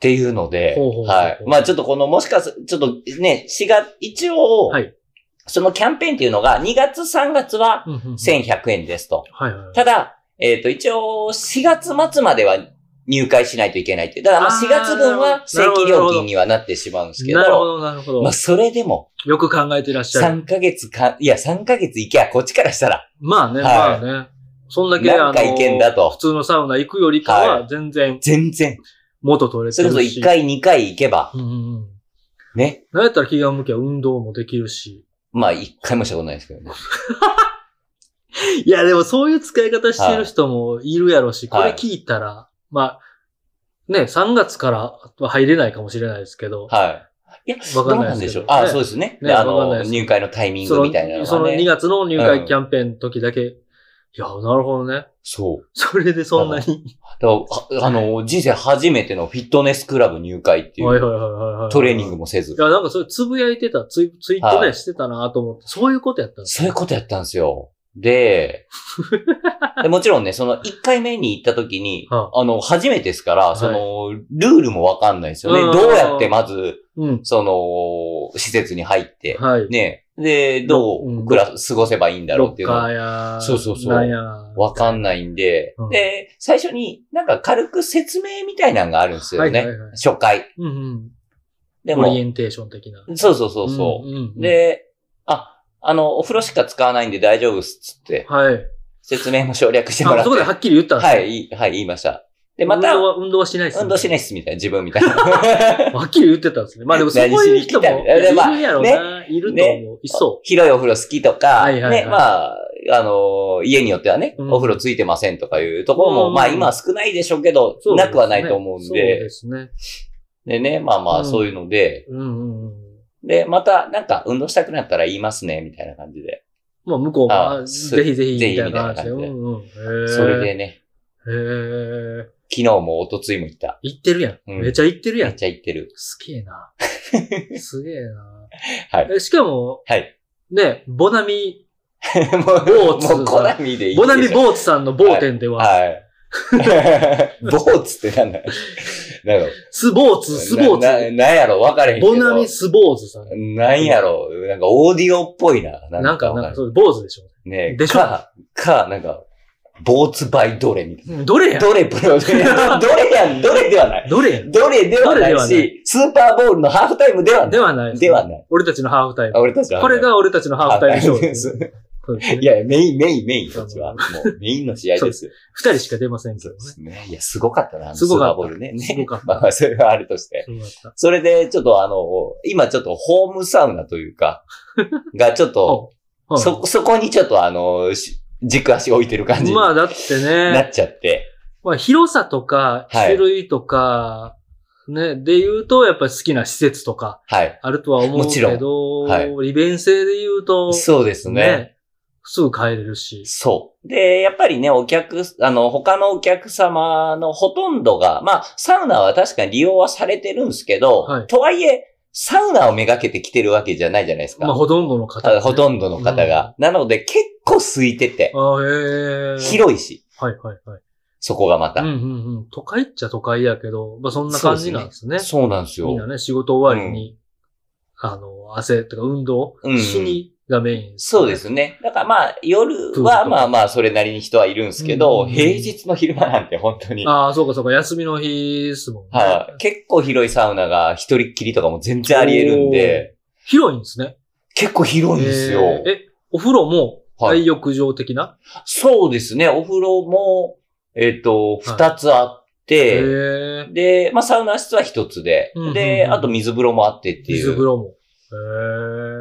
Speaker 2: ていうので
Speaker 1: ほうほうほう、ほう
Speaker 2: はい。まあちょっとこの、もしかすちょっとね、4月、一応、
Speaker 1: はい
Speaker 2: そのキャンペーンっていうのが、2月、3月は
Speaker 1: うんうんうん
Speaker 2: 1100円ですと。
Speaker 1: はいはい。
Speaker 2: ただ、えっ、と、一応、4月末までは入会しないといけないっていう。だから、まあ
Speaker 1: あー
Speaker 2: 4月分は正
Speaker 1: な
Speaker 2: 規
Speaker 1: るほどなる
Speaker 2: 料
Speaker 1: ほど
Speaker 2: 金にはなってしまうんですけど、
Speaker 1: なるほど、なるほど
Speaker 2: まあ、。それでも、
Speaker 1: よく考えてらっしゃる。
Speaker 2: 3ヶ月か、いや、3ヶ月行けば、こっちからしたら、
Speaker 1: まあね、
Speaker 2: は
Speaker 1: まあね。そんだけ、
Speaker 2: 何回行けんだ
Speaker 1: 普
Speaker 2: と。
Speaker 1: 通のサウナ行くよりか
Speaker 2: は
Speaker 1: は、全然
Speaker 2: 全然。
Speaker 1: 元取れて
Speaker 2: それ
Speaker 1: る
Speaker 2: こ
Speaker 1: し。
Speaker 2: そ1回、2回行けば、
Speaker 1: うんうんうん。
Speaker 2: ね。
Speaker 1: なんやったら気が向けば運動もできるし。
Speaker 2: まあ、1回もしたことないですけどね。
Speaker 1: いや、でもそういう使い方してる人もいるやろし、こ
Speaker 2: は
Speaker 1: れ
Speaker 2: い
Speaker 1: 聞いたら、まあ、ね、3月からは入れないかもしれないですけど、
Speaker 2: はい。いや、
Speaker 1: わかん
Speaker 2: どう
Speaker 1: な
Speaker 2: ないん
Speaker 1: で
Speaker 2: ですし
Speaker 1: け
Speaker 2: ょ
Speaker 1: ど
Speaker 2: う。あ、
Speaker 1: ね
Speaker 2: そうですね。
Speaker 1: ね
Speaker 2: あ
Speaker 1: わかんないで
Speaker 2: の、
Speaker 1: す
Speaker 2: 入会のタイミン
Speaker 1: そ
Speaker 2: グ
Speaker 1: の
Speaker 2: みたいなの
Speaker 1: その
Speaker 2: が
Speaker 1: 2
Speaker 2: ね。
Speaker 1: 月の入会キャンペーンの時だけ、いや、なるほどね。
Speaker 2: そう。
Speaker 1: それでそんなに。
Speaker 2: だからああの、人生初めてのフィットネスクラブ入会ってい、
Speaker 1: はいはいうはいはいはい。
Speaker 2: トレーニングもせず
Speaker 1: い。や、なんかそれつぶやいてた、ツイツイートでしてたなと思って、そういうことやったんです
Speaker 2: そういうことやったんですよ。 で、でもちろんね、その1回目に行った時に、
Speaker 1: は
Speaker 2: あの、初めてですから、
Speaker 1: い
Speaker 2: その、ルールもわかんないですよね。
Speaker 1: うん
Speaker 2: どうやってまず、
Speaker 1: うん。
Speaker 2: その、施設に入って、
Speaker 1: はい。
Speaker 2: ね、で、ど
Speaker 1: うん
Speaker 2: う、暮ら、過ごせばいいんだろう
Speaker 1: ロ
Speaker 2: ってい
Speaker 1: ッ
Speaker 2: うの
Speaker 1: カ
Speaker 2: は
Speaker 1: ーや
Speaker 2: そうそうそう
Speaker 1: なんや。
Speaker 2: わか
Speaker 1: い
Speaker 2: んないんで、
Speaker 1: うん
Speaker 2: で、最初になんか軽く説明みたいなのがあるんですよね。
Speaker 1: はいはいはい
Speaker 2: 初回。
Speaker 1: うんうん。
Speaker 2: で
Speaker 1: オリエ
Speaker 2: も、
Speaker 1: ンテーション的な。
Speaker 2: そうそうそうそう、
Speaker 1: んんん、
Speaker 2: で、あ、あの、お風呂しか使わないんで大丈夫っすっつって、
Speaker 1: はい。
Speaker 2: 説明も省略してもら
Speaker 1: あ、
Speaker 2: って。
Speaker 1: そこではっきり言ったんです
Speaker 2: は
Speaker 1: ね
Speaker 2: い、いいはい、言いました。で、また
Speaker 1: 運動、は、運動はしないです、
Speaker 2: 運動しない
Speaker 1: い。
Speaker 2: っすみたいな、自分みたいな。
Speaker 1: はっきり言ってたんですね。まあでもそういう人も
Speaker 2: 何しに来たみたいない
Speaker 1: や
Speaker 2: まあ
Speaker 1: いるやろうな。いると思う。いそ
Speaker 2: 広いお風呂好きとか、
Speaker 1: はいはいはい
Speaker 2: ね、まあ、あの、家によってはね、
Speaker 1: うん
Speaker 2: お風呂ついてませんとかいうところも、
Speaker 1: うん
Speaker 2: まあ今は少ないでしょうけ
Speaker 1: う。、
Speaker 2: ど
Speaker 1: そうです
Speaker 2: な
Speaker 1: ね
Speaker 2: くはないと思うん
Speaker 1: そう
Speaker 2: で、
Speaker 1: ですね。
Speaker 2: でね、まあま
Speaker 1: う
Speaker 2: あ
Speaker 1: ん
Speaker 2: そういうので、
Speaker 1: うんうんうん。
Speaker 2: で、また、なんか、運動したくなったら言いますね、みたいな感じで。
Speaker 1: まあ向こうが、
Speaker 2: あ
Speaker 1: あ
Speaker 2: す
Speaker 1: ぜひぜひ、みたい
Speaker 2: ぜひみたい
Speaker 1: な
Speaker 2: な
Speaker 1: 感
Speaker 2: 感
Speaker 1: じ
Speaker 2: じ
Speaker 1: で。
Speaker 2: で
Speaker 1: うんうん。へー
Speaker 2: それでね、
Speaker 1: へー
Speaker 2: 昨日も一昨日も行った。
Speaker 1: 行ってるやん。
Speaker 2: うん
Speaker 1: めっちゃ行ってるや
Speaker 2: め
Speaker 1: ん
Speaker 2: っ。ちゃ行ってる。
Speaker 1: すげえ な。すげえな。
Speaker 2: はい
Speaker 1: えしかも、
Speaker 2: はい。
Speaker 1: ね、ボナミ、
Speaker 2: も
Speaker 1: ボー
Speaker 2: う、
Speaker 1: ツさん
Speaker 2: もう、コナミでいいでしょ。
Speaker 1: ボナミボーツさんのボーテンでは、
Speaker 2: はい。 ボーツってなんだなんだろう。
Speaker 1: スボーツ、スボー
Speaker 2: な
Speaker 1: ツ、
Speaker 2: ななんやろわからへんけど。
Speaker 1: ボナミスボーズさん。
Speaker 2: なんやろなんか、オーディオっぽいな。
Speaker 1: なんか、
Speaker 2: わ
Speaker 1: なん
Speaker 2: ら
Speaker 1: か、そう、坊主でしょ。
Speaker 2: ね
Speaker 1: でしょ
Speaker 2: か、か、なんか、ボーツバイどれみたい
Speaker 1: うんどれや
Speaker 2: な。どれプロ、どれやん、どれではない。
Speaker 1: どれや
Speaker 2: どれで
Speaker 1: ど
Speaker 2: はな
Speaker 1: れで
Speaker 2: い
Speaker 1: はな
Speaker 2: し、スーパーボールのハーフタイムではない
Speaker 1: ではない。
Speaker 2: ではない。
Speaker 1: 俺たちのハーフタイム。
Speaker 2: 俺たちは
Speaker 1: これが俺たちのハーフタイムショー
Speaker 2: で
Speaker 1: です。そうですね。
Speaker 2: いやいや、メイン、メイン、メイン、こっちは。もう、メインの試合ですよ。
Speaker 1: 二人しか出ませんけ
Speaker 2: そ
Speaker 1: ど
Speaker 2: う
Speaker 1: ね
Speaker 2: で。すね。いや、すごかったな、あの
Speaker 1: す
Speaker 2: ス
Speaker 1: ご
Speaker 2: ー
Speaker 1: かった
Speaker 2: パーボールね。ね
Speaker 1: すごかった
Speaker 2: まあ、それはあるとして。
Speaker 1: そうだった。
Speaker 2: それで、ちょっとあの、今ちょっとホームサウナとい うか、がちょっと、
Speaker 1: はい
Speaker 2: そ、そこにちょっとあの、し軸足置いてる感じに
Speaker 1: まあだ
Speaker 2: な
Speaker 1: ってね、
Speaker 2: っちゃって。
Speaker 1: まあ広さとか、
Speaker 2: はい
Speaker 1: 種類とか、ね、で言うと、やっぱり好きな施設とか、
Speaker 2: はい。
Speaker 1: あるとは思う
Speaker 2: もちろん
Speaker 1: けど、
Speaker 2: は
Speaker 1: 利便性で言うと、
Speaker 2: そうですね。
Speaker 1: すぐ帰れるし。
Speaker 2: そう。で、やっぱりね、お客、あの、他のお客様のほとんどが、まあ、サウナは確かに利用はされてるんですけど、
Speaker 1: はい
Speaker 2: とはいえ、サウナをめがけて来てるわけじゃないじゃないですか。
Speaker 1: まあほとんどの方
Speaker 2: あ
Speaker 1: がね、
Speaker 2: ほとんどの方が。なので、結構空いてて、
Speaker 1: あええ
Speaker 2: 広いし、
Speaker 1: はいはいはい。
Speaker 2: そこがまた。
Speaker 1: うんうんうん。都会っちゃ都会やけど、まあそんな感じなんですね。
Speaker 2: そうなんです
Speaker 1: みん
Speaker 2: よ
Speaker 1: な。ね、仕事終わりに、あの、汗とか運動
Speaker 2: うん
Speaker 1: しにがメイン、
Speaker 2: そうで。すね。だからまあ、夜
Speaker 1: そうそう
Speaker 2: はまあまあ、それなりに人はいるんですけ
Speaker 1: う
Speaker 2: ど、
Speaker 1: ん
Speaker 2: 平日の昼間なんて本当に、
Speaker 1: ああ、そうかそうか、休みの日ですもんね。
Speaker 2: はい結構広いサウナが一人っきりとかも全然あり得るんで、
Speaker 1: 広いんですね。
Speaker 2: 結構広いんですよ。
Speaker 1: えーえ、お風呂も
Speaker 2: はい
Speaker 1: 大浴場的な、
Speaker 2: そうですね。お風呂も、えっ、と、
Speaker 1: はい
Speaker 2: 二つあっ
Speaker 1: ええ
Speaker 2: て、
Speaker 1: ー、
Speaker 2: で、まあ、サウナ室は一つで、
Speaker 1: うんうんうん
Speaker 2: で、あと水風呂もあってっていう。
Speaker 1: 水風呂も。
Speaker 2: っ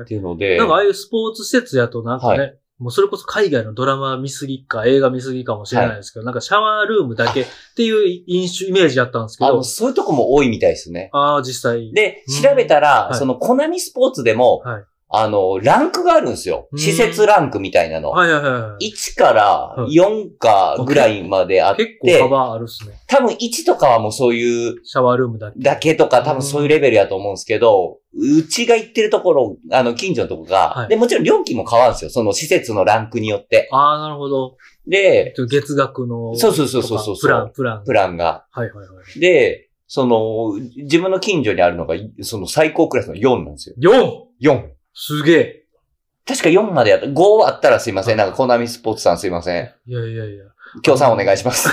Speaker 1: え
Speaker 2: ていうの
Speaker 1: え
Speaker 2: で、
Speaker 1: なんかああいうスポーツ施設やとなんかね、
Speaker 2: は
Speaker 1: もうそれこそ海外のドラマ見すぎか映画見すぎかもしれないですけど、なんかシャワールームだけっていう印象、イメージだったんですけ
Speaker 2: あ
Speaker 1: ど
Speaker 2: の、、そういうとこも多いみたいですね。
Speaker 1: ああ、実際。
Speaker 2: で、調べたら、
Speaker 1: うんはい
Speaker 2: その、コナミスポーツでも、
Speaker 1: はい
Speaker 2: あの、ランクがあるんですよ。
Speaker 1: うん
Speaker 2: 施設ランクみたいなの。
Speaker 1: はいはいはいはい。
Speaker 2: 1から4かぐらいまであっ
Speaker 1: 結構
Speaker 2: て
Speaker 1: カ、バーあるっすね。
Speaker 2: 多分1とかはもうそういう、
Speaker 1: シャワールームだけ。
Speaker 2: だけとか多分そういうレベルやと思うんですけど、うちが行ってるところ、あの、近所のとこが、
Speaker 1: はい
Speaker 2: で、もちろん料金も変わるんですよ。その施設のランクによって。
Speaker 1: ああ、なるほど。えっ
Speaker 2: で、
Speaker 1: と月額の。
Speaker 2: そうそうそうそうそう
Speaker 1: プラン、プラン。
Speaker 2: プランが。
Speaker 1: はいはいはい。
Speaker 2: で、その、自分の近所にあるのが、その最高クラスの4なんですよ。
Speaker 1: 4!
Speaker 2: 4。
Speaker 1: すげえ。
Speaker 2: 確か4までやった。5あったらすいません。なんか、コナミスポーツさんすいません。
Speaker 1: いやいやいや。
Speaker 2: 協賛お願いします。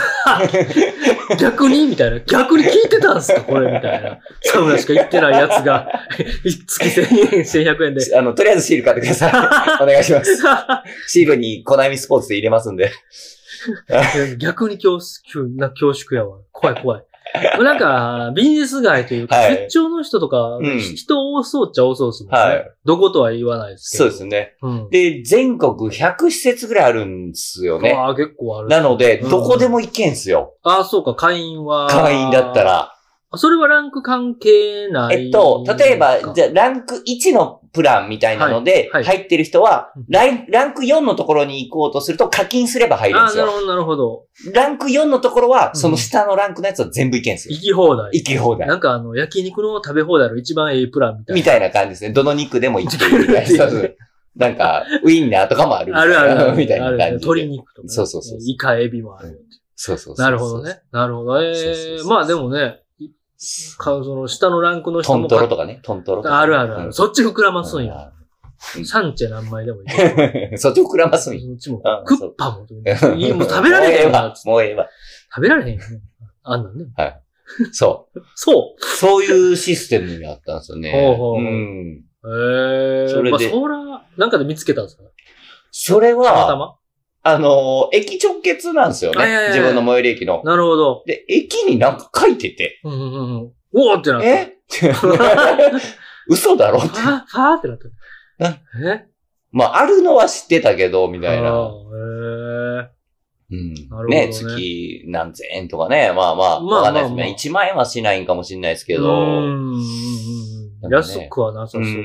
Speaker 1: 逆にみたいな。逆に聞いてたんすかこれみたいな。サウナしか行ってないやつが、 月1000円、1100円で。
Speaker 2: あの、とりあえずシール買ってくださ い。お願いします。シールにコナミスポーツで入れますんで。
Speaker 1: 逆に恐縮な恐縮やわ。怖い怖い。なんか、ビジネス街というか、
Speaker 2: はい
Speaker 1: 出張の人とか、
Speaker 2: うん
Speaker 1: 人多そうっちゃ多そうですもんね。
Speaker 2: はい
Speaker 1: どことは言わないですけど。
Speaker 2: そうですね。
Speaker 1: うん。
Speaker 2: で、全国100施設ぐらいあるんですよね。
Speaker 1: ああ、結構ある。
Speaker 2: なので、
Speaker 1: うん
Speaker 2: どこでも行けんすよ。
Speaker 1: ああ、そうか、会員は。
Speaker 2: 会員だった。ら。
Speaker 1: それはランク関係ない。
Speaker 2: えっと、例えば、じゃあランク1のプランみたいなので、
Speaker 1: はいは
Speaker 2: 入ってる人は
Speaker 1: うん
Speaker 2: ライン、ランク4のところに行こうとすると課金すれば入れるん
Speaker 1: あ
Speaker 2: で
Speaker 1: あ、
Speaker 2: す
Speaker 1: なるほ
Speaker 2: よ。
Speaker 1: ど、なるほど。
Speaker 2: ランク4のところは、
Speaker 1: うん
Speaker 2: その下のランクのやつは全部行けんすよ
Speaker 1: 行。き放題。
Speaker 2: 行き放題
Speaker 1: な。んかあの、焼肉の食べ放題の一番ええプランみたいな。
Speaker 2: みたいな感じですね。どの肉でも行っていい みたい
Speaker 1: 行ける
Speaker 2: な。そうそうなんか、ウインナーとかもあるみた
Speaker 1: あ
Speaker 2: い
Speaker 1: る
Speaker 2: な。
Speaker 1: あるある。
Speaker 2: みたいな
Speaker 1: あ
Speaker 2: 感
Speaker 1: る
Speaker 2: じ
Speaker 1: あ
Speaker 2: で
Speaker 1: る。鶏肉とかね。
Speaker 2: そうそうそうそう
Speaker 1: イカ、エビもある。
Speaker 2: そうそうそうそう。
Speaker 1: なるほどね。なるほど。え
Speaker 2: そうそう
Speaker 1: え
Speaker 2: そう
Speaker 1: まあでもね、かその下のランクの人
Speaker 2: ト
Speaker 1: も。
Speaker 2: ントロとかね。トントロとか。
Speaker 1: あるあるあ
Speaker 2: うん
Speaker 1: る。そっち膨らますんや。
Speaker 2: うん
Speaker 1: サンチェ何枚でもいい。
Speaker 2: そっち膨らます
Speaker 1: そ
Speaker 2: んや。
Speaker 1: っちも
Speaker 2: あ。
Speaker 1: クッ
Speaker 2: そう
Speaker 1: パも。いいもう食べられへんわ。
Speaker 2: もうええわ。もうええわ。
Speaker 1: 食べられへんよね。あんなんね。
Speaker 2: そ
Speaker 1: そう
Speaker 2: う。そういうシステムにあったんですよね。。
Speaker 1: ほうほうほうんええ
Speaker 2: それで
Speaker 1: まあ、ソーラー、なんかで見つけたんですか
Speaker 2: それ
Speaker 1: たまた
Speaker 2: は、
Speaker 1: ま
Speaker 2: あの、駅直結なんですよ
Speaker 1: あいやいやい
Speaker 2: ね。
Speaker 1: や
Speaker 2: 自分の最寄り駅の。
Speaker 1: なるほど。
Speaker 2: で、駅になんか書いてて、
Speaker 1: うんうんうんうん。おーってなった。
Speaker 2: えって 嘘だろ
Speaker 1: ファー、ファーってなった。え
Speaker 2: まあ、あるのは知ってたけど、みたい
Speaker 1: あ
Speaker 2: な。
Speaker 1: ーえ
Speaker 2: うん
Speaker 1: ほど。ね
Speaker 2: ね、月何千円とかね。まあまあ、
Speaker 1: まあ
Speaker 2: わかんないです
Speaker 1: まあま
Speaker 2: ね。
Speaker 1: あ
Speaker 2: 1万円はしないんかもしれないです
Speaker 1: え
Speaker 2: け
Speaker 1: うーん
Speaker 2: ど。
Speaker 1: うんう。
Speaker 2: なんんかね
Speaker 1: 安くはなさそうです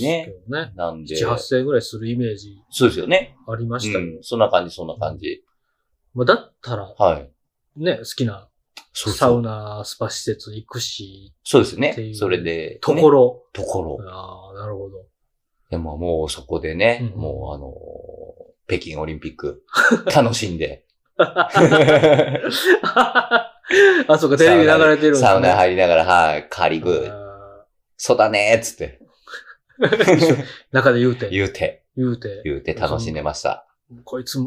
Speaker 1: けどね。
Speaker 2: なんで
Speaker 1: 7、、8000円ぐらいするイメージ
Speaker 2: そうですよね。
Speaker 1: ありました
Speaker 2: う
Speaker 1: けど
Speaker 2: ん。そんな感じ、そんな感じ。
Speaker 1: まあ、だったら、
Speaker 2: はい。
Speaker 1: ね、好きな
Speaker 2: そう
Speaker 1: サ
Speaker 2: そう
Speaker 1: ウナ、スパ施設行くし、
Speaker 2: そうです
Speaker 1: ってい
Speaker 2: ね。
Speaker 1: う
Speaker 2: それで、
Speaker 1: とこ
Speaker 2: ろ。
Speaker 1: ろ。
Speaker 2: ところ。
Speaker 1: ああ、なるほど。
Speaker 2: でももうそこでね、
Speaker 1: うん
Speaker 2: もうあのー、北京オリンピック、楽しんで。
Speaker 1: あ、そう か、テレビ流れてるんですね
Speaker 2: サウナ入りながら、はい、カリブ、
Speaker 1: あ
Speaker 2: そうだねーっつって、
Speaker 1: ー中で言うて、
Speaker 2: 言うて、
Speaker 1: 言うて、
Speaker 2: 言うて楽しんでました。
Speaker 1: こいつ、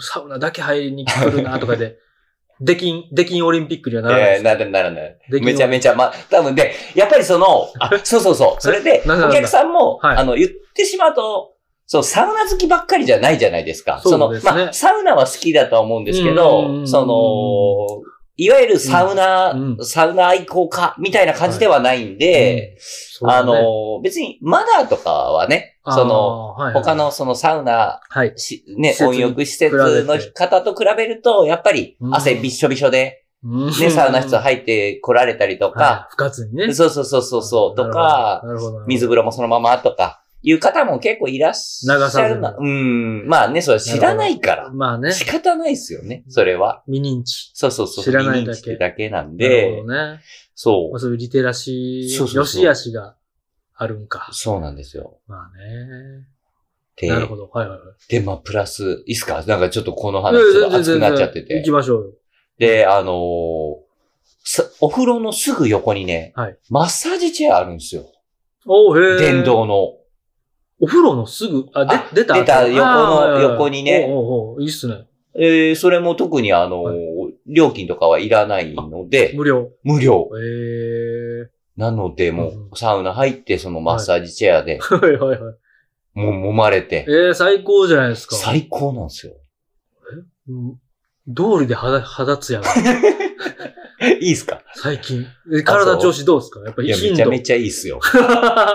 Speaker 1: サウナだけ入りに来るな、とかで、 できん、できんオリンピックにはならない
Speaker 2: え
Speaker 1: で
Speaker 2: ー、
Speaker 1: す。
Speaker 2: なるなるなる
Speaker 1: で。きる
Speaker 2: めちゃめちゃ、まあ、多分 で、やっぱりその、あ、そうそうそう、それで、
Speaker 1: なんだなんだ
Speaker 2: お客さんも、
Speaker 1: はい
Speaker 2: あの、言ってしまうと、そう、サウナ好きばっかりじゃないじゃないですか。
Speaker 1: そうですね
Speaker 2: の、まあ、サウナは好きだとは思うんですけ
Speaker 1: うんうんうんう
Speaker 2: ど、
Speaker 1: ん
Speaker 2: その、いわゆるサウナ、
Speaker 1: うんうん
Speaker 2: サウナ愛好家みたいな感じではないんで、
Speaker 1: そうだ
Speaker 2: あ
Speaker 1: ね
Speaker 2: の、別にマナーとかはね、
Speaker 1: あー
Speaker 2: その、
Speaker 1: はいはい
Speaker 2: 他のそのサウナ、
Speaker 1: はい。
Speaker 2: しね
Speaker 1: 施、設に
Speaker 2: 温浴施設
Speaker 1: 比
Speaker 2: の
Speaker 1: べて
Speaker 2: 方と比べると、やっぱり
Speaker 1: うん
Speaker 2: 汗びっしょびしょで、ね、
Speaker 1: ね
Speaker 2: サウナ室入って来られたりとか、
Speaker 1: 不活にね。
Speaker 2: そうそうそうそうそう、とか、
Speaker 1: なるほど、なるほど
Speaker 2: 水風呂もそのままとか、いう方も結構いらっし
Speaker 1: 流さ
Speaker 2: ゃ
Speaker 1: ず
Speaker 2: る
Speaker 1: に
Speaker 2: な。うん。まあね、それは知らないから。
Speaker 1: まあね、
Speaker 2: 仕方ないですよね、それは。
Speaker 1: 未認知。
Speaker 2: そうそうそう。
Speaker 1: 知らないだけ
Speaker 2: 見に来てだけなん
Speaker 1: なる
Speaker 2: で
Speaker 1: ほ、どね。
Speaker 2: そ
Speaker 1: まあ
Speaker 2: う。
Speaker 1: そういうリテラシー
Speaker 2: そ
Speaker 1: の
Speaker 2: うそう
Speaker 1: 良
Speaker 2: そう
Speaker 1: し悪しがあるんか。
Speaker 2: そうなんですよ。
Speaker 1: まあね。
Speaker 2: で、
Speaker 1: なるほど。はいはいはい。
Speaker 2: で、まあ、プラス、いいっすかなんかちょっとこの
Speaker 1: いや
Speaker 2: 話、
Speaker 1: いや
Speaker 2: ちょっと熱くなっちゃってて。
Speaker 1: 行きましょうよ。
Speaker 2: で、あのーさお風呂のすぐ横にね、
Speaker 1: はい
Speaker 2: マッサージチェアあるんですよ。
Speaker 1: おへー
Speaker 2: 電動の。
Speaker 1: お風呂のすぐ、あ、
Speaker 2: あ
Speaker 1: で出た後
Speaker 2: 出た横の
Speaker 1: あーはいはい
Speaker 2: 横にね
Speaker 1: おうおうおういいっすね。
Speaker 2: えーそれも特にあのー
Speaker 1: はい
Speaker 2: 料金とかはいらないので、
Speaker 1: 無料。
Speaker 2: 無料。
Speaker 1: ええ
Speaker 2: なので、も
Speaker 1: うんう
Speaker 2: う、サウナ入って、そのマッサージチェア
Speaker 1: ー。
Speaker 2: で、
Speaker 1: はいはいはい。
Speaker 2: も、揉まれて
Speaker 1: え、ー、最高じゃないですか。
Speaker 2: 最高なんです よ。
Speaker 1: うん道理で肌、肌ツヤが、
Speaker 2: いいっすか
Speaker 1: 最近。え体調子どうですかやっぱ
Speaker 2: いや、
Speaker 1: 頻度。
Speaker 2: めちゃめちゃいいっ すよ。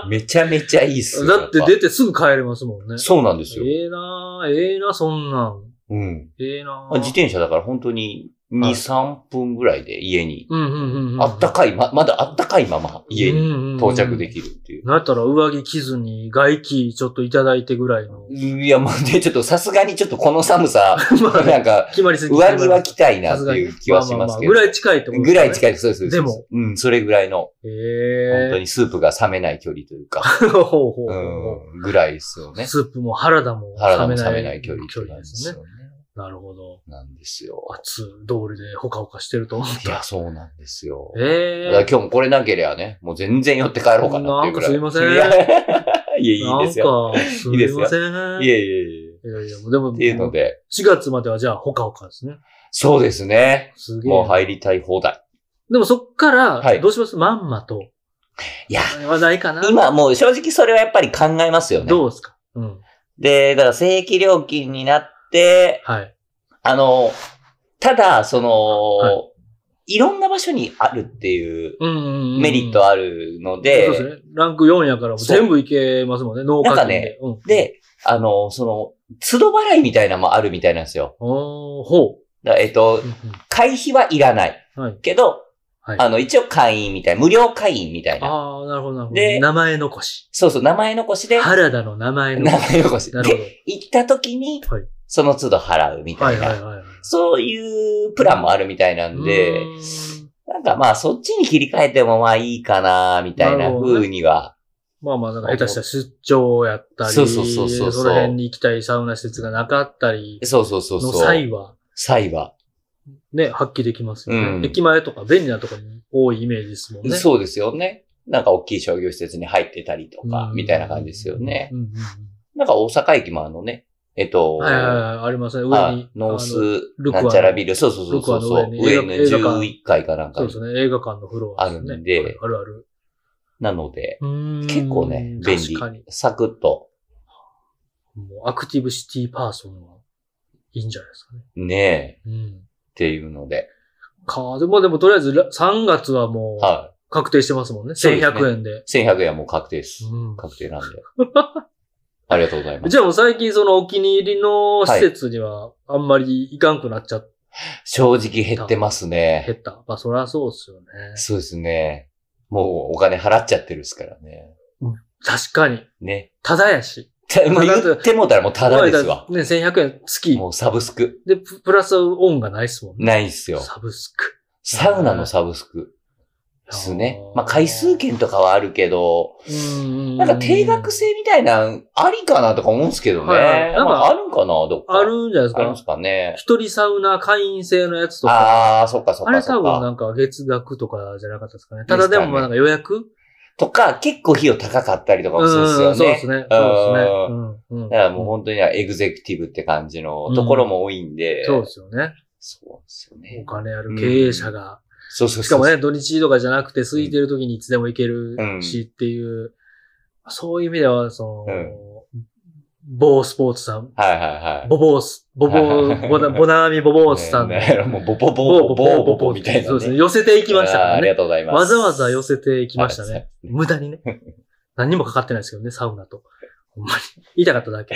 Speaker 2: めちゃめちゃいいっすよ。
Speaker 1: だって
Speaker 2: やぱ
Speaker 1: 出てすぐ帰れますもんね。
Speaker 2: そうなんですよ。
Speaker 1: ええなぁ、ええな、そんなん。
Speaker 2: うん。
Speaker 1: ええな
Speaker 2: まあ自転車だから本当に2、
Speaker 1: はい
Speaker 2: 3分ぐらいで家に、
Speaker 1: うんうんうんうん。
Speaker 2: あったかい、ま、まだあったかいまま家に
Speaker 1: に
Speaker 2: 到着で
Speaker 1: る。
Speaker 2: きるっていう。
Speaker 1: なんやったら上着着ずに外気ちょっといただいてぐらいの。
Speaker 2: いや、まあ、ね、ちょっとさすがにちょっとこの 寒さ、
Speaker 1: まあね
Speaker 2: なんか、
Speaker 1: 決まりすぎ
Speaker 2: 上着は着たいなっていう気はしますけど。
Speaker 1: ぐらい近いってこと
Speaker 2: ぐらい
Speaker 1: い。
Speaker 2: 近い、そうです。そうす
Speaker 1: でも。
Speaker 2: うん、それぐらいの、本当
Speaker 1: ええ
Speaker 2: にスープが冷めない距離というか、
Speaker 1: ー。ほうほうほう
Speaker 2: う
Speaker 1: ほ
Speaker 2: ん、ぐらいですよ
Speaker 1: う。
Speaker 2: ね。
Speaker 1: スープも原田も
Speaker 2: 体も冷めない距離って
Speaker 1: 距
Speaker 2: いう
Speaker 1: 離
Speaker 2: 感
Speaker 1: で
Speaker 2: じです
Speaker 1: す
Speaker 2: よ
Speaker 1: ね。
Speaker 2: ね。
Speaker 1: なるほど。
Speaker 2: なんですよ。
Speaker 1: 暑い通りでほかほかしてると思っ
Speaker 2: いや、
Speaker 1: た。
Speaker 2: そうなんですよ。だから
Speaker 1: ええー。
Speaker 2: 今日もこれなければね、もう全然寄って帰ろうかなって
Speaker 1: な
Speaker 2: いうぐらい。
Speaker 1: んかすいません
Speaker 2: いや、いえいい
Speaker 1: な
Speaker 2: で
Speaker 1: ん
Speaker 2: すよ。
Speaker 1: か、す
Speaker 2: いいです
Speaker 1: み
Speaker 2: よ
Speaker 1: ません。
Speaker 2: いえいえいえ。
Speaker 1: いやいや、でも、
Speaker 2: っていうので、
Speaker 1: 4月まではじゃあ、ほかほかですね。
Speaker 2: そうですね。
Speaker 1: すげえ。
Speaker 2: もう入りたい放題。
Speaker 1: でもそっか
Speaker 2: は
Speaker 1: ら、
Speaker 2: い
Speaker 1: どうします、まんまと。
Speaker 2: いや、
Speaker 1: 話題かな
Speaker 2: 今もう正直それはやっぱり考えますよね。
Speaker 1: どうですかうん。
Speaker 2: で、だから正規料金になって、
Speaker 1: はい。
Speaker 2: あの、ただ、その、、
Speaker 1: はい
Speaker 2: ろんな場所にあるっていう
Speaker 1: うんうんうん。
Speaker 2: メリットあるの
Speaker 1: そう
Speaker 2: で、
Speaker 1: ですね。ランク4やからもう
Speaker 2: そう
Speaker 1: 全部いけますもんね。ノー課金で。うん、
Speaker 2: で、あの、その、都度払いみたいなのもあるみたいなんですよ。
Speaker 1: おー、ほ
Speaker 2: だからえっと
Speaker 1: う。う、ん
Speaker 2: 会費はいらない。
Speaker 1: うんはい。
Speaker 2: けど、
Speaker 1: はい
Speaker 2: あの、一応会員みたい。無料会員みたいな。
Speaker 1: ああ、なるほど、なるほど。
Speaker 2: で
Speaker 1: 名前残し。
Speaker 2: そうそう、名前残しで、
Speaker 1: 原田の名前
Speaker 2: 名
Speaker 1: 残し。
Speaker 2: 前残し。
Speaker 1: なるほど
Speaker 2: で、行った時に
Speaker 1: はい、
Speaker 2: その都度払うみた
Speaker 1: はいい
Speaker 2: な。
Speaker 1: はいはいはい。
Speaker 2: そういうプランもあるみたいなんで、
Speaker 1: うーん、
Speaker 2: なんかまあそっちに切り替えてもまあいいかな、みたいな風には。
Speaker 1: まあまあ、なんか下手したら出張やったり、
Speaker 2: そうそうそうそうそう
Speaker 1: の辺に行きたいサウナ施設がなかったり、
Speaker 2: そうそうそう
Speaker 1: の
Speaker 2: そう。
Speaker 1: 際は、
Speaker 2: 際は。
Speaker 1: ね、発揮できますよね。
Speaker 2: うん
Speaker 1: 駅前とか便利なとこに多いイメージですもんね。
Speaker 2: そうですよね。なんか大きい商業施設に入ってたりとか
Speaker 1: う、ん
Speaker 2: みたいな感じですよね。
Speaker 1: うんうんうん
Speaker 2: なんか大阪駅もあのね、えっと、
Speaker 1: はいはいはい、ありますね。上
Speaker 2: あ
Speaker 1: に。
Speaker 2: ノー
Speaker 1: あの。
Speaker 2: ス、
Speaker 1: ルクア
Speaker 2: な
Speaker 1: の
Speaker 2: んちゃらビル、そうそうそうそうそう、
Speaker 1: ルクア
Speaker 2: 上
Speaker 1: の
Speaker 2: の
Speaker 1: 上に映画
Speaker 2: 11階かなん
Speaker 1: そ
Speaker 2: か
Speaker 1: うで
Speaker 2: に
Speaker 1: すね。映画館のフロアですね。
Speaker 2: あるんで
Speaker 1: あるある。
Speaker 2: なので、
Speaker 1: うーん
Speaker 2: 結構ね、便利
Speaker 1: 確かに。。
Speaker 2: サクッと、
Speaker 1: もうアクティブシティパーソンはいいんじゃないですかね。
Speaker 2: ねえ、
Speaker 1: うん。
Speaker 2: っていうので。
Speaker 1: か、でも、でもとりあえずら3月はもう
Speaker 2: は
Speaker 1: 確定してますもんね。
Speaker 2: そうですね
Speaker 1: 1100円で。
Speaker 2: い。1100円はもう確定です。
Speaker 1: うん
Speaker 2: 確定なんで。ありがとうございます。
Speaker 1: じゃあもう最近そのお気に入りの施設にはあんまり行かんくなっちゃって、
Speaker 2: 正直減ってます
Speaker 1: 減
Speaker 2: ね。
Speaker 1: った。まあそりゃそうですよね。
Speaker 2: そうですね。もうお金払っちゃってるですからね。
Speaker 1: 確かに。
Speaker 2: ね。
Speaker 1: ただやし。
Speaker 2: た
Speaker 1: ま
Speaker 2: も
Speaker 1: あ
Speaker 2: う
Speaker 1: だって
Speaker 2: 言ってもうたらもうただですわ。
Speaker 1: ね、1100円月。
Speaker 2: もうサブスク。
Speaker 1: で、ププラスオンがないっすもんね。
Speaker 2: ないっすよ。
Speaker 1: サブスク。
Speaker 2: サウナのサブスクですね。まあ回数券とかはあるけど、
Speaker 1: うん。
Speaker 2: なんか定額制みたいなのありかなとか思うんですけどね。
Speaker 1: はいはいなんか
Speaker 2: まああるんかなどっか。
Speaker 1: あるんじゃないです
Speaker 2: あるん
Speaker 1: か
Speaker 2: す。かね。
Speaker 1: 一人サウナ会員制のやつとか。
Speaker 2: ああ、そっかそっ
Speaker 1: あ
Speaker 2: か
Speaker 1: れ
Speaker 2: そ
Speaker 1: 多
Speaker 2: っ
Speaker 1: 分
Speaker 2: か。
Speaker 1: なんか月額とかじゃなかったですかね。ただでも
Speaker 2: ですかね
Speaker 1: まあなんか予約
Speaker 2: とか、結構費用高かったりとかもするんですよ
Speaker 1: う
Speaker 2: ね。
Speaker 1: ん、そうですね。そうですねうん。うん
Speaker 2: だからもう本当にエグゼクティブって感じのところも多いんで。
Speaker 1: そうですよね。
Speaker 2: そうなんですよ
Speaker 1: お
Speaker 2: ね。
Speaker 1: 金ある経営者が。
Speaker 2: そうそうそう。
Speaker 1: しかもね、土日とかじゃなくて空いてる時にいつでも行けるしっていう、そういう意味では、その、ボースポーツさん、
Speaker 2: はいはいはい。
Speaker 1: ボボース、ボボー、ボナ、ボナーミボボースさん、
Speaker 2: ねねもうボボボボボボボボみたいな、ね。
Speaker 1: そうですね。寄せていきましたか
Speaker 2: あー
Speaker 1: ら
Speaker 2: あり
Speaker 1: ね
Speaker 2: が。とうございます。
Speaker 1: わざわざ寄せていきました
Speaker 2: は
Speaker 1: ね。
Speaker 2: い。
Speaker 1: 無駄にね。何にもかかってないですけどね、サウナと。ほんまに。言いたかっただけ。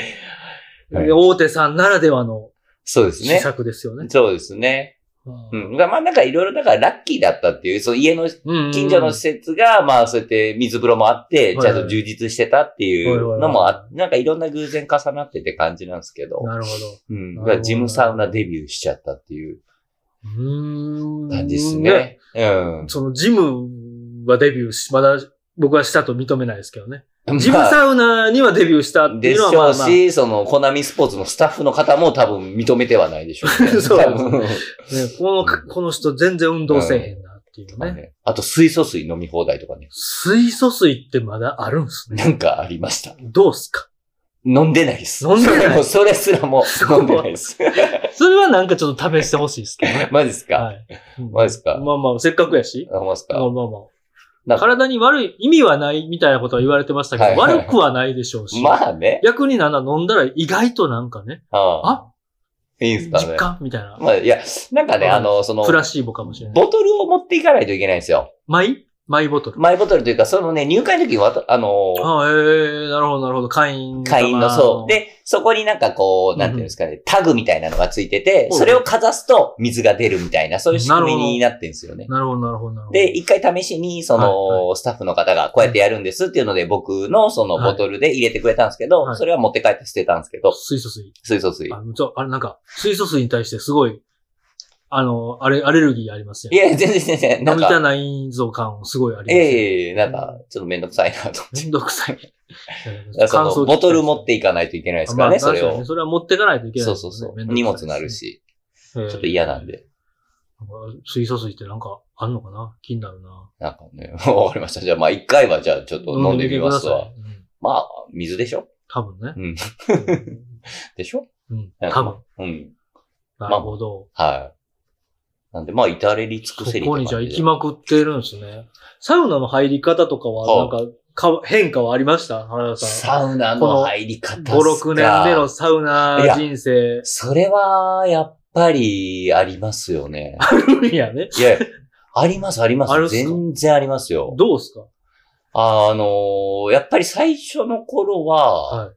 Speaker 2: はい
Speaker 1: 大手さんならではの
Speaker 2: そうです
Speaker 1: 施
Speaker 2: ね。
Speaker 1: 策ですよね。
Speaker 2: そうですね。う。
Speaker 1: うん
Speaker 2: まあなんかいろいろ、だからラッキーだったっていう、その家の
Speaker 1: ん
Speaker 2: 近所の施設が、まあそうやって水風呂もあって、
Speaker 1: はい
Speaker 2: ちゃんと充実してたっていうのも
Speaker 1: はいはい
Speaker 2: あ、なんかいろんな偶然重なってって感じなんですけど。
Speaker 1: なるほど。
Speaker 2: うん。
Speaker 1: なる
Speaker 2: だ
Speaker 1: ほど
Speaker 2: からジムサウナデビューしちゃったっていう
Speaker 1: うーん。
Speaker 2: 感じですね。うん。
Speaker 1: そのジムはデビューし、まだ僕はしたと認めないですけどね。ジム
Speaker 2: まあ
Speaker 1: サウナにはデビューしたってい
Speaker 2: で
Speaker 1: う
Speaker 2: し
Speaker 1: のはま
Speaker 2: ょ
Speaker 1: あ
Speaker 2: う
Speaker 1: まあ、
Speaker 2: し、その、コナミスポーツのスタッフの方も多分認めてはないでしょうね。
Speaker 1: そう
Speaker 2: 多分
Speaker 1: ねこの、この人全然運動せえへんなっていうね。
Speaker 2: ねあと、水素水飲み放題とかね。
Speaker 1: 水素水ってまだあるんすね。
Speaker 2: なんかありました。
Speaker 1: どうっすか
Speaker 2: 飲んでないです。
Speaker 1: 飲んでない
Speaker 2: それもそれすらも
Speaker 1: そこは
Speaker 2: 飲んでな いです。。
Speaker 1: それはなんかちょっと試してほしいですけどね
Speaker 2: マジですか、
Speaker 1: はい。うん
Speaker 2: マジっすか
Speaker 1: まあまあ、せっかくやし。
Speaker 2: あ、ほんまです
Speaker 1: まあ
Speaker 2: か
Speaker 1: まあまあ
Speaker 2: なんか
Speaker 1: 体に悪い、意味はないみたいなことは言われてましたけど、
Speaker 2: はいはい
Speaker 1: 悪くはないでしょうし。
Speaker 2: まあね。
Speaker 1: 逆になんだ、飲んだら意外となんかね、
Speaker 2: あ
Speaker 1: あ、
Speaker 2: いいんすか
Speaker 1: 実
Speaker 2: ね。
Speaker 1: 感みたいな。
Speaker 2: まあ、いや、なんかね、
Speaker 1: わか
Speaker 2: あ
Speaker 1: んない
Speaker 2: の、その
Speaker 1: プ、ラシーボかもしれない。
Speaker 2: ボトルを持っていかないといけないんですよ。
Speaker 1: マイマイボトル。
Speaker 2: マイボトルというか、そのね、入会の時にわた、あの、
Speaker 1: あええなるほど、なるほど。会員。
Speaker 2: 会員のそう。、で、そこになんかこう、なんていうんですかね、タグみたいなのがついてて、
Speaker 1: うん
Speaker 2: それをかざすと水が出るみたいな、そういう仕組みになってるんですよね。
Speaker 1: なるほど、なるほど、なるほど。
Speaker 2: で、一回試しに、そ
Speaker 1: は
Speaker 2: の、スタッフの方がこうやってやるんですっていうので、僕のその
Speaker 1: はい
Speaker 2: ボトルで入れてくれたんですけど、
Speaker 1: はい
Speaker 2: それは持って帰って捨てたんですけど、
Speaker 1: 水素水。
Speaker 2: 水素水。い
Speaker 1: あの、ちょ、あれなんか、水素水に対してすごい、あの、あれ、アレルギーありますよね。
Speaker 2: や、全然全然、な
Speaker 1: 飲
Speaker 2: ん
Speaker 1: みた
Speaker 2: か、
Speaker 1: ないぞ感すごいあります
Speaker 2: え
Speaker 1: よね。
Speaker 2: えなんか、ちょっとめんどくさいなと思
Speaker 1: め
Speaker 2: っ
Speaker 1: んどくさい。
Speaker 2: て。 その、ボトル持っていかないといけないですから
Speaker 1: ま
Speaker 2: ね、
Speaker 1: あ
Speaker 2: それ
Speaker 1: 確かに
Speaker 2: を。
Speaker 1: それは持ってかないといけない、
Speaker 2: そうそうそう。荷物なる。し、
Speaker 1: ちょ
Speaker 2: ちょっと嫌なん。で。
Speaker 1: なんか水素水ってなんかあんのかな気になるな。
Speaker 2: なんかね、 わかりました。じゃあ、まあ、一回は、じゃあ、ちょっと飲んでみますわ。
Speaker 1: 飲んでみてください。うん
Speaker 2: まあ、水でしょ
Speaker 1: 多分ね
Speaker 2: う。ん。でしょ
Speaker 1: うん。
Speaker 2: なんか
Speaker 1: 多分。
Speaker 2: うん。
Speaker 1: なるほど。
Speaker 2: はい。なんで、まあ、至れり尽く
Speaker 1: そ
Speaker 2: せり
Speaker 1: こにじゃあ行きまくってるんですね。サウナの入り方とかは、なんかか、変化はありました原田さん。
Speaker 2: サウナの入り方っすか
Speaker 1: 5、6年目のサウナ人生。
Speaker 2: それは、やっぱり、ありますよ ね。
Speaker 1: あるんやね。
Speaker 2: いや、あります、ありま
Speaker 1: あるっ
Speaker 2: す。
Speaker 1: すか
Speaker 2: 全然ありますよ。
Speaker 1: どうっすか
Speaker 2: あのーやっぱり最初の頃は、
Speaker 1: はい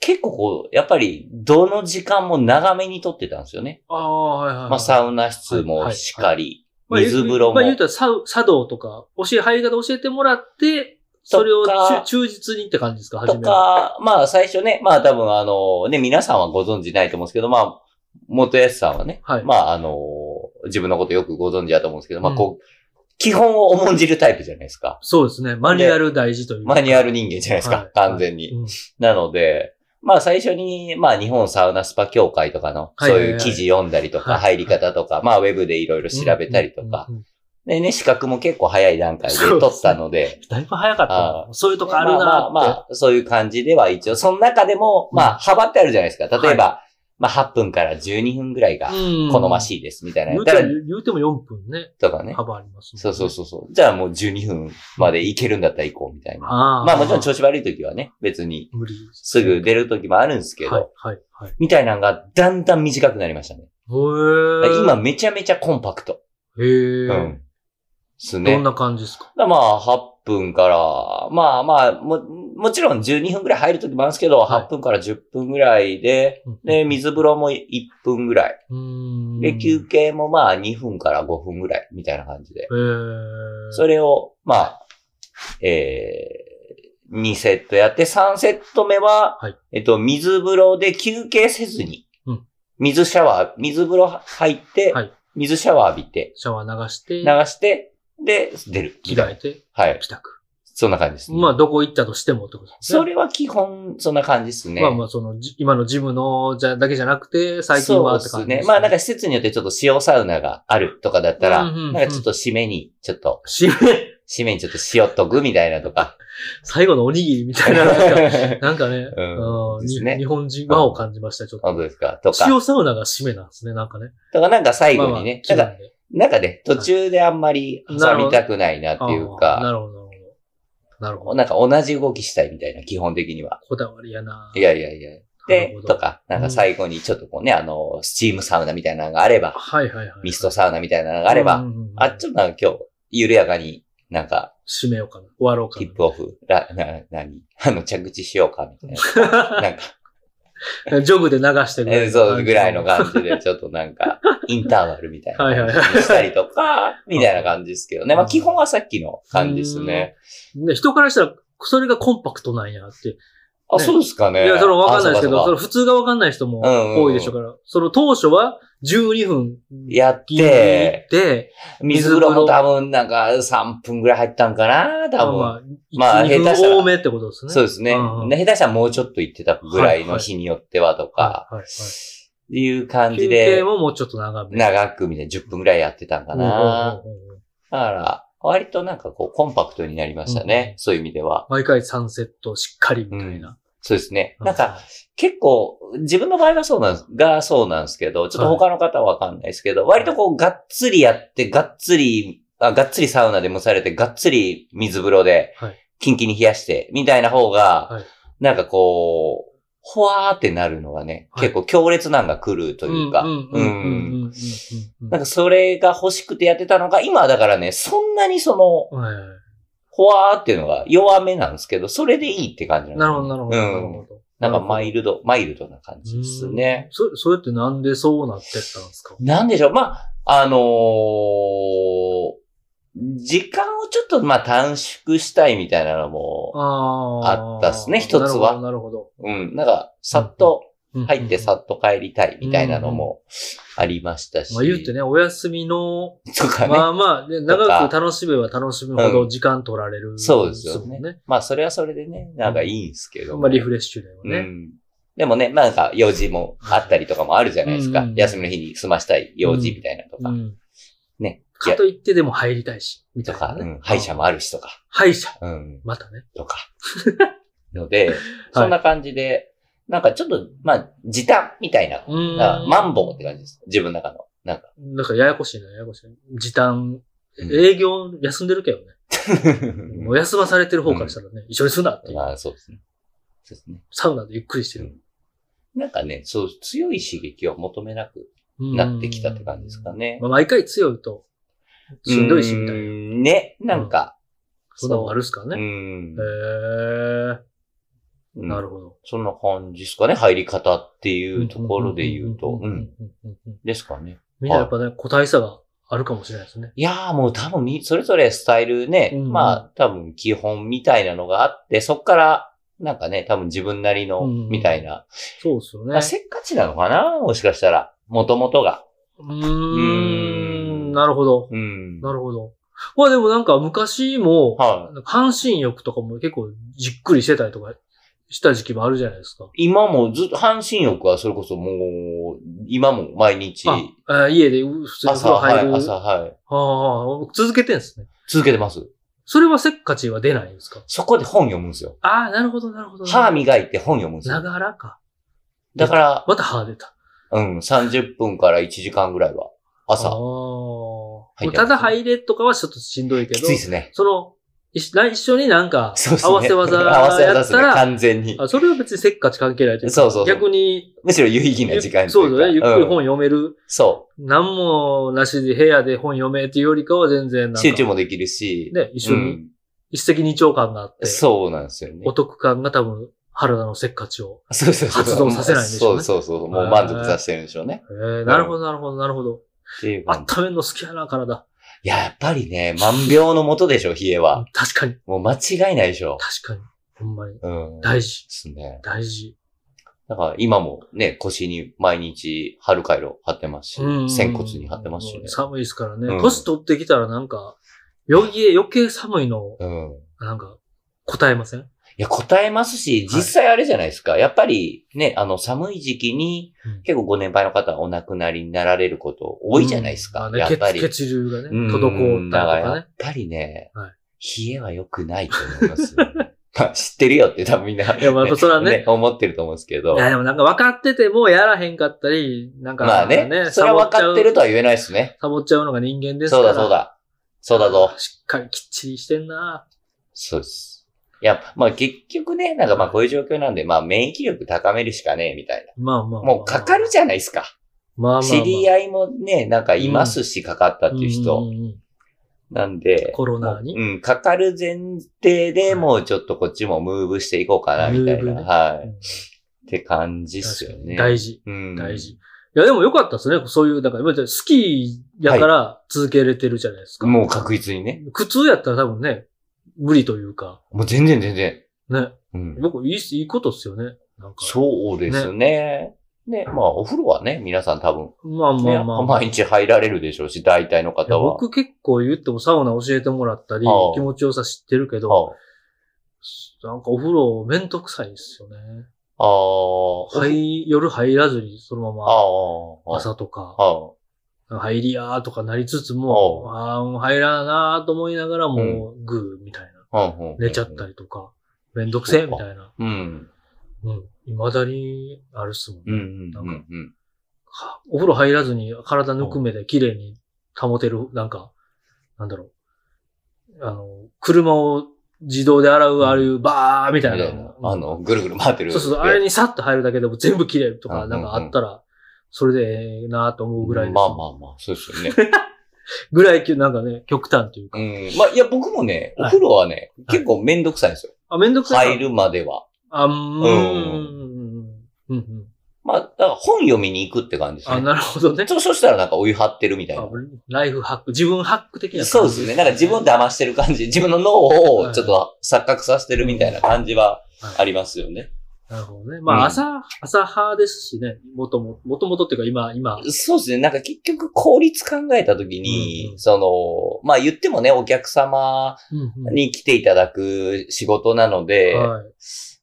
Speaker 2: 結構こう、やっぱり、どの時間も長めにとってたんですよね。
Speaker 1: ああ、はいはいはい。
Speaker 2: まあ、サウナ室もしっかり、
Speaker 1: まあ
Speaker 2: 水風呂も
Speaker 1: まあ、言うたら、茶茶道とか、教え、入り方教えてもらって、それを
Speaker 2: とか
Speaker 1: 忠忠実にって感じですか、初
Speaker 2: と
Speaker 1: めは
Speaker 2: か、まあ最初ね、まあ多分あの、ね、皆さんはご存知ないと思うんですけど、まあ、元安さんはね、
Speaker 1: はい
Speaker 2: まああの、自分のことよくご存知だと思うんですけど、まあ
Speaker 1: うん
Speaker 2: こう、基本を重んじるタイプじゃないですか。
Speaker 1: そうですね。マニュアル大事というか。
Speaker 2: マニュアル人間じゃないですか、
Speaker 1: はい
Speaker 2: 完全に。
Speaker 1: うん
Speaker 2: なので、まあ最初に、まあ日本サウナスパ協会とかの、
Speaker 1: はい
Speaker 2: そう
Speaker 1: はいはい
Speaker 2: いう記事読んだりとか、
Speaker 1: はい
Speaker 2: 入り方とか、まあウェブでいろいろ調べたりとか、
Speaker 1: うんうんうん
Speaker 2: でね、資格も結構早い段階で
Speaker 1: そう
Speaker 2: 取
Speaker 1: ですね
Speaker 2: ったので、
Speaker 1: だいぶ早かった
Speaker 2: あ
Speaker 1: な。そういうとこあるなーって。
Speaker 2: まあまあまあ、そういう感じでは一応、その中でも、ま
Speaker 1: うん
Speaker 2: あ、幅ってあるじゃないですか。例えば、まあ、8分から12分ぐらいが
Speaker 1: うん
Speaker 2: 好ましいです、みたいな。
Speaker 1: 言う
Speaker 2: だ
Speaker 1: て
Speaker 2: か
Speaker 1: も
Speaker 2: ら、
Speaker 1: 言うても4分ね、
Speaker 2: とかね。
Speaker 1: 幅ありますもんね
Speaker 2: そうそうそうそう。じゃあもう12分までいけるんだったら行こう、みたいな。
Speaker 1: ああ。
Speaker 2: まあ、もちろん調子悪い時はね、別に、
Speaker 1: 無理です
Speaker 2: すぐ出る時もあるんですけど、
Speaker 1: はい、はい、はい。
Speaker 2: みたいなのが、だんだん短くなりましたね。
Speaker 1: へえ。
Speaker 2: 今、めちゃめちゃコンパクト。う
Speaker 1: へえ。
Speaker 2: ん。すね。
Speaker 1: どんな感じですか
Speaker 2: だまあ、8分から、まあまあ、も、もちろん12分ぐらい入るときもあるんですけど、
Speaker 1: はい
Speaker 2: 8分から10分ぐらいで、で、水風呂も1分ぐらい。
Speaker 1: うん。
Speaker 2: で、休
Speaker 1: へ
Speaker 2: 憩もまあ2分から5分ぐらい、みたいな感じで。
Speaker 1: え。
Speaker 2: それを、まあ、えー、2セットやって、3セット目は、
Speaker 1: はい
Speaker 2: えっと、水風呂で休憩せず
Speaker 1: うん
Speaker 2: に、水シャワー、水風呂入って、
Speaker 1: はい
Speaker 2: 水シャワー浴びて、
Speaker 1: シャワー流して
Speaker 2: 流、して、で、出る。
Speaker 1: 着替えて、
Speaker 2: はい。
Speaker 1: 帰宅。
Speaker 2: そんな感じです、ね。
Speaker 1: まあ、どこ行ったとしてもってことですね。
Speaker 2: それは基本、そんな感じですね。
Speaker 1: まあまあ、その、じ今のジムのじゃだけじゃなくて、最近はって
Speaker 2: そう
Speaker 1: 感じで
Speaker 2: ですね
Speaker 1: す。。
Speaker 2: まあなんか施設によってちょっと塩サウナがあるとかだったら、
Speaker 1: うんうんうん
Speaker 2: なんかちょっと締めに、ちょっと、
Speaker 1: 締め、
Speaker 2: 締めにちょっと塩っとくみたいなとか。
Speaker 1: 最後のおにぎりみたいな、なん か、
Speaker 2: 本
Speaker 1: なんかね、
Speaker 2: うん
Speaker 1: うん
Speaker 2: ですね
Speaker 1: に日本人和を感じました、ちょっと。
Speaker 2: 当ですかとか。
Speaker 1: 塩サウナが締めなんですね、なんかね。
Speaker 2: とかなんか最
Speaker 1: まあ
Speaker 2: 後に
Speaker 1: まあ
Speaker 2: ね、
Speaker 1: 気分
Speaker 2: なんか、
Speaker 1: で
Speaker 2: なんかね、途中であんまり挟みたくないなっていう
Speaker 1: あーな
Speaker 2: か、
Speaker 1: るほど、なるほど。なるほど。
Speaker 2: なんか同じ動きしたいみたいな、基本的には。
Speaker 1: こだわりやな。
Speaker 2: いやいやいや。
Speaker 1: な
Speaker 2: で
Speaker 1: るほ、ど
Speaker 2: と。か、なんか最後にちょっとこうね、あの、スチームサウナみたいなのがあれば、
Speaker 1: はいはいはい。
Speaker 2: ミストサウナみたいなのがあれば、
Speaker 1: うんうんうん、
Speaker 2: あ、ちょっとなんか今日、緩やかになんか、
Speaker 1: 締めようかな。終わろうか
Speaker 2: テ
Speaker 1: な。
Speaker 2: ィップオフ、ら、な、なに、 あの、着地しようか、みた いな。なんか、
Speaker 1: ジョグで流してくれ
Speaker 2: え
Speaker 1: る
Speaker 2: そうぐらいの感じで、ちょっとなんか、インターバルみ たいな
Speaker 1: はいはい
Speaker 2: 感じにしたりとか、みたいな感じですけどね。まあ基本はさっきの感じですね。
Speaker 1: ね人からしたら、それがコンパクトなんやって。
Speaker 2: あ、
Speaker 1: ね
Speaker 2: そうですかね。
Speaker 1: いや、それわかんないですけど、
Speaker 2: あ
Speaker 1: そ
Speaker 2: そう
Speaker 1: の
Speaker 2: か
Speaker 1: 普通がわかんない人も多いでしょうから、その当初は12分
Speaker 2: やっ、
Speaker 1: ギリギリ行ってて、
Speaker 2: 水風呂も多分なんか3分ぐらい入ったんかな、多分。
Speaker 1: まあ、
Speaker 2: まあ
Speaker 1: 1 2
Speaker 2: 下手したら
Speaker 1: 分多めってことですね。
Speaker 2: そうですね。
Speaker 1: うんうん
Speaker 2: ね下手したらもうちょっと行ってたぐらいの日によってはとか
Speaker 1: はい、はいはい
Speaker 2: いう感じ
Speaker 1: 休憩
Speaker 2: で、
Speaker 1: ももうちょっと長め。
Speaker 2: 長くみたいな10分ぐらいやってたんかな。
Speaker 1: うんうんうんうん
Speaker 2: だから、割となんかこうコンパクトになりましたね。そういう意味では。
Speaker 1: 毎回3セットしっかりみたいな。
Speaker 2: そうですね。なんか、結構、自分の場合はそうなんです、がそうなんですけど、ちょっと他の方はわかんないですけど、割とこう、がっつりやって、がっつり、あがっつりサウナで蒸されて、がっつり水風呂で
Speaker 1: はい、
Speaker 2: キンキンに冷やして、みたいな方が、
Speaker 1: はい
Speaker 2: なんかこう、ほわーってなるのがね、
Speaker 1: はい
Speaker 2: 結構強烈なんが来ると
Speaker 1: と
Speaker 2: いうか、
Speaker 1: うんうんうんうんうんうんうん。
Speaker 2: なんかそれが欲しくてやってたのが、今はだからね、そんなにその、
Speaker 1: はいはいはい
Speaker 2: ほわーっていうのが弱めなんですけど、それでいいって感じ
Speaker 1: なる
Speaker 2: ん
Speaker 1: ほ
Speaker 2: です
Speaker 1: ど、な
Speaker 2: ね
Speaker 1: るほど。なる
Speaker 2: うん
Speaker 1: ほど
Speaker 2: なんかマイルド、マイルドな感じですね。。
Speaker 1: うんそ、それってなんでそうなってったんですか
Speaker 2: なんでしょう。まあ、あのー時間をちょっと、まあ、短縮したいみたいなのも、
Speaker 1: あー
Speaker 2: あったっすね一つは
Speaker 1: なるほど、
Speaker 2: うん、なんか、さっと
Speaker 1: なるほど。
Speaker 2: 入ってさ
Speaker 1: うん
Speaker 2: っと帰りたいみたいなのもありましたし。
Speaker 1: まあ言ってね、お休みの、
Speaker 2: とかね。
Speaker 1: まあまあ、ね
Speaker 2: とか
Speaker 1: 長く楽しめば楽しむほ
Speaker 2: う
Speaker 1: ど時間取られる、
Speaker 2: そうですよね
Speaker 1: もん。
Speaker 2: まあ、それはそれでね、なんかいいんですけども。
Speaker 1: まあリフレッシュだよ
Speaker 2: う
Speaker 1: ね。
Speaker 2: ん。でもね、まあなんか用事もあったりとかもあるじゃないですか。
Speaker 1: うん
Speaker 2: 休みの日に済ましたい用事みたいなと
Speaker 1: う
Speaker 2: か。
Speaker 1: ん。
Speaker 2: ね。
Speaker 1: かといってでも入りたいし、みた
Speaker 2: と
Speaker 1: い
Speaker 2: か
Speaker 1: な、、ね。
Speaker 2: うん。歯医者もあるしとか。
Speaker 1: 歯医者。
Speaker 2: うん。
Speaker 1: またね。
Speaker 2: とか。ので、そんな感じで、なんかちょっと、まあ、時短みたいな。
Speaker 1: うん
Speaker 2: なんかマンボウって感じです。自分の中の。なんか。
Speaker 1: なんかややこしいな、ややこしい。時短。
Speaker 2: うん
Speaker 1: 営業休んでるけどね。お休まされてる方からしたらね、一緒にすんなっていう。
Speaker 2: まあ、そうですね。そうですね。
Speaker 1: サウナでゆっくりしてる。
Speaker 2: なんかね、そう、強い刺激を求めなくなってきたって感じですかね
Speaker 1: ま。あ、毎回強いと、しんどいし、みたいな。
Speaker 2: な。ね、なんか。
Speaker 1: そんなのもあるっすか
Speaker 2: う
Speaker 1: らね。へ。
Speaker 2: ん
Speaker 1: えー。なる
Speaker 2: ど。
Speaker 1: ほど。
Speaker 2: そんな感じですかね。入り方っていうところで言う
Speaker 1: ん
Speaker 2: と。うんん。
Speaker 1: うんうんうん
Speaker 2: ですかね。
Speaker 1: みんなやっぱね、個体差があるかもしれないですね。
Speaker 2: いやーもう多分み、それぞれスタイルね、
Speaker 1: うん
Speaker 2: まあ多分基本みたいなのがあって、そっから、なんかね、多分自分なりの、
Speaker 1: うん
Speaker 2: みたいな。
Speaker 1: そうですよ
Speaker 2: ま
Speaker 1: ね
Speaker 2: あ。せっかちなのかなもしかしたら。もともとが。
Speaker 1: うーん。なるほど。
Speaker 2: うん。
Speaker 1: なるほど。まあでもなんか昔も、
Speaker 2: は
Speaker 1: なんか半身浴とかも結構じっくりしてたりとかした時期もあるじゃないですか。
Speaker 2: い。今もずっと、半身浴はそれこそもう、今も毎日、
Speaker 1: あえー家でう普通に風
Speaker 2: 朝、
Speaker 1: 呂
Speaker 2: は
Speaker 1: 入
Speaker 2: い、
Speaker 1: る。
Speaker 2: 朝、はい。
Speaker 1: ああ、続けてんですね。
Speaker 2: 続けてます。
Speaker 1: それはせっかちは出ないんですか
Speaker 2: そこで本読むんですよ。
Speaker 1: ああ、なるほど、なるほど。
Speaker 2: 歯磨いて本読むんです
Speaker 1: な
Speaker 2: よ。
Speaker 1: がらか。
Speaker 2: だから、
Speaker 1: また歯出た。
Speaker 2: うん、30分から1時間ぐらいは。
Speaker 1: あ
Speaker 2: 朝。
Speaker 1: あ
Speaker 2: 入ってます
Speaker 1: ただ入れとかはちょっとしんどいけ
Speaker 2: き
Speaker 1: ど、
Speaker 2: ついですね。
Speaker 1: その、一緒一緒になんか
Speaker 2: そうです、ね。
Speaker 1: 合わせ技
Speaker 2: 合わせ技
Speaker 1: や
Speaker 2: で
Speaker 1: っ
Speaker 2: す
Speaker 1: た
Speaker 2: ね、
Speaker 1: ら、
Speaker 2: 完全に。
Speaker 1: あそれは別にせっかち関係ないというか、
Speaker 2: そうそうそう
Speaker 1: 逆に、
Speaker 2: むしろ有意義な時間と
Speaker 1: そ
Speaker 2: いううか
Speaker 1: ですね。ゆっくり本
Speaker 2: うん
Speaker 1: 読める。
Speaker 2: そ
Speaker 1: なんもなしで部屋で本読めっていうよりかは全然なん
Speaker 2: う。
Speaker 1: か
Speaker 2: 集中もできるし。
Speaker 1: ね、一緒
Speaker 2: う
Speaker 1: に
Speaker 2: ん
Speaker 1: 一石二鳥感があって、
Speaker 2: そうなんですよね
Speaker 1: お。得感が多分原田のせっかちを。
Speaker 2: そうそうそう。
Speaker 1: 発動させないんでしょうね
Speaker 2: そうそうそう。もう満足させてるんでしょうね。
Speaker 1: えー、なるほど、なるほど、なるほど。
Speaker 2: っていう感じ。
Speaker 1: 温めるの好きやな、体。
Speaker 2: いや、やっぱりね、万病のもとでしょ、冷えは。
Speaker 1: 確かに、
Speaker 2: もう間違いないでしょ。
Speaker 1: 確かに。ほんまに。
Speaker 2: うん。
Speaker 1: 大
Speaker 2: 事で
Speaker 1: 事、
Speaker 2: すね。
Speaker 1: 大事。
Speaker 2: だから今もね、腰に毎日春回路貼ってますし、仙骨に貼ってますしね。
Speaker 1: 寒いですからね。
Speaker 2: うん
Speaker 1: 年取ってきたらなんか、余計、余計寒いの、
Speaker 2: うん。
Speaker 1: なんか、答えません
Speaker 2: いや、答えますし、実際あれじゃないですか。やっぱりね、あの、寒い時期に
Speaker 1: うん、
Speaker 2: 結構ご年配の方はお亡くなりになられること多いじゃないですか。
Speaker 1: うんまあ
Speaker 2: や
Speaker 1: ね、
Speaker 2: っぱり。
Speaker 1: 血血流がね、
Speaker 2: うん
Speaker 1: 滞っ
Speaker 2: だ
Speaker 1: た
Speaker 2: から
Speaker 1: りとか
Speaker 2: や
Speaker 1: ね
Speaker 2: っ。ぱりね、
Speaker 1: は
Speaker 2: 冷えは良くないと思いますよ、 まあ、知ってるよって多分みんな、
Speaker 1: いやまあそれはね
Speaker 2: 思ってると思うんですけど
Speaker 1: い。や、でもなんか分かっててもやらへんかったり、なんか、
Speaker 2: まあね、それは分かってるとは言えないですね。
Speaker 1: サボっちゃうのが人間ですか
Speaker 2: そう
Speaker 1: ら。
Speaker 2: だそうだ。そうだぞ。
Speaker 1: しっかりきっちりしてんな。
Speaker 2: そうです。いや、まあ結局ね、なんかまあこういう状況なんで、まあ免疫力高めるしかねえみたい
Speaker 1: まあまあまあ。
Speaker 2: な。もうかかるじゃないですか。
Speaker 1: まあまあまあ。
Speaker 2: 知り合いもね、なんかいますし、かかったっていう人。
Speaker 1: んんうん
Speaker 2: なんで、
Speaker 1: コロナに
Speaker 2: もううん、かかる前提
Speaker 1: はい
Speaker 2: でもうちょっとこっちもムーブしていこうかな、みたい
Speaker 1: ムー
Speaker 2: な。
Speaker 1: ブね
Speaker 2: はい。って感じっすよね。
Speaker 1: 大事。
Speaker 2: うん
Speaker 1: 大事。いや、でもよかったですね。そういう、だから、今スキーやから続けれてるじゃないですか。
Speaker 2: もう確実にね。
Speaker 1: 苦痛やったら多分ね、無理というか、
Speaker 2: もう全然全然。
Speaker 1: ね。
Speaker 2: うん。
Speaker 1: 僕、いい、いいことっすよね。なんか。
Speaker 2: そうですね。ね、まあお風呂はね、皆さん多分、
Speaker 1: まあま
Speaker 2: ね
Speaker 1: あまあ。
Speaker 2: 毎日入られるでしょうし、大体の
Speaker 1: いや
Speaker 2: 方は。
Speaker 1: 僕結構言ってもサウナ教えてもらったり
Speaker 2: ああ、
Speaker 1: 気持ちよさ知ってるけど、
Speaker 2: は
Speaker 1: なんかお風呂、めんどくさいんですよね。
Speaker 2: ああー。
Speaker 1: はい、夜入らずに、その
Speaker 2: あ
Speaker 1: ま
Speaker 2: あ。
Speaker 1: ま朝とか、
Speaker 2: ああ。
Speaker 1: 入りやーとかなりつつも、
Speaker 2: あ
Speaker 1: ああ、もう入らんなーと思いながらも、グーみたいな。
Speaker 2: うんうん
Speaker 1: 寝ちゃったりとか、めんどくせえみたいな。
Speaker 2: うん。
Speaker 1: うん。未だにあるっすもん
Speaker 2: う
Speaker 1: ね。
Speaker 2: んうんうんうん。
Speaker 1: はお風呂入らずに体ぬくめで綺麗に保てる、なんか、なんだろう。あの、車を自動で洗う、ああいうバーみ
Speaker 2: み
Speaker 1: た
Speaker 2: た
Speaker 1: い
Speaker 2: い
Speaker 1: な。
Speaker 2: な。あの、ぐるぐる回って
Speaker 1: うん、
Speaker 2: る。
Speaker 1: そうそう、あれにサッと入るだけでも全部綺麗とか、
Speaker 2: うん
Speaker 1: なんかあったら、それでええなと思うぐらいです。
Speaker 2: まあまあまあ、そうですよね。
Speaker 1: ぐらいきゅ、なんかね、極端というか。
Speaker 2: うん。まあ、いや、僕もね、お
Speaker 1: はい
Speaker 2: 風呂はね、
Speaker 1: はい
Speaker 2: 結構めんどくさいんですよ。
Speaker 1: あ、めんどくさいな。
Speaker 2: 入るまでは。
Speaker 1: あ、うーん。
Speaker 2: う
Speaker 1: うんうん。
Speaker 2: まあ、だから本読みに行くって感じです
Speaker 1: あ、
Speaker 2: ね。
Speaker 1: なるほどね。
Speaker 2: そうそうしたらなんかお湯張ってるみたい
Speaker 1: あ
Speaker 2: な。
Speaker 1: ライフハック、自分ハック的な感じ
Speaker 2: そうですね。なんか自分を騙してる感じ。自分の脳をちょっと錯覚させてるみたいな感じはありますよね。
Speaker 1: なるほどね。ま
Speaker 2: うん
Speaker 1: あ、朝、朝派ですしね。もとも、もともとっていうか今、今。
Speaker 2: そうですね。なんか結局効率考えたとき
Speaker 1: うん
Speaker 2: に
Speaker 1: う、ん
Speaker 2: その、まあ言ってもね、お客様
Speaker 1: うんうん
Speaker 2: に来ていただく仕事なので、
Speaker 1: はい。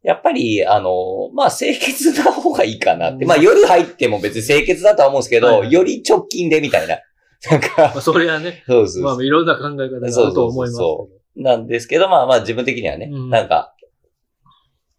Speaker 2: やっぱり、あの、まあ、清潔な方がいいかなって。
Speaker 1: うん
Speaker 2: まあ、夜入っても別に清潔だとは思うんですけ
Speaker 1: はい
Speaker 2: ど、
Speaker 1: はい
Speaker 2: より直近でみたいな。 なん
Speaker 1: ま
Speaker 2: か、
Speaker 1: あ、それはね、
Speaker 2: そうです。
Speaker 1: まあ、いろんな考え方があると思いますけど
Speaker 2: そ。なんですけど、まあまあ、自分的にはね、
Speaker 1: うん
Speaker 2: なんか、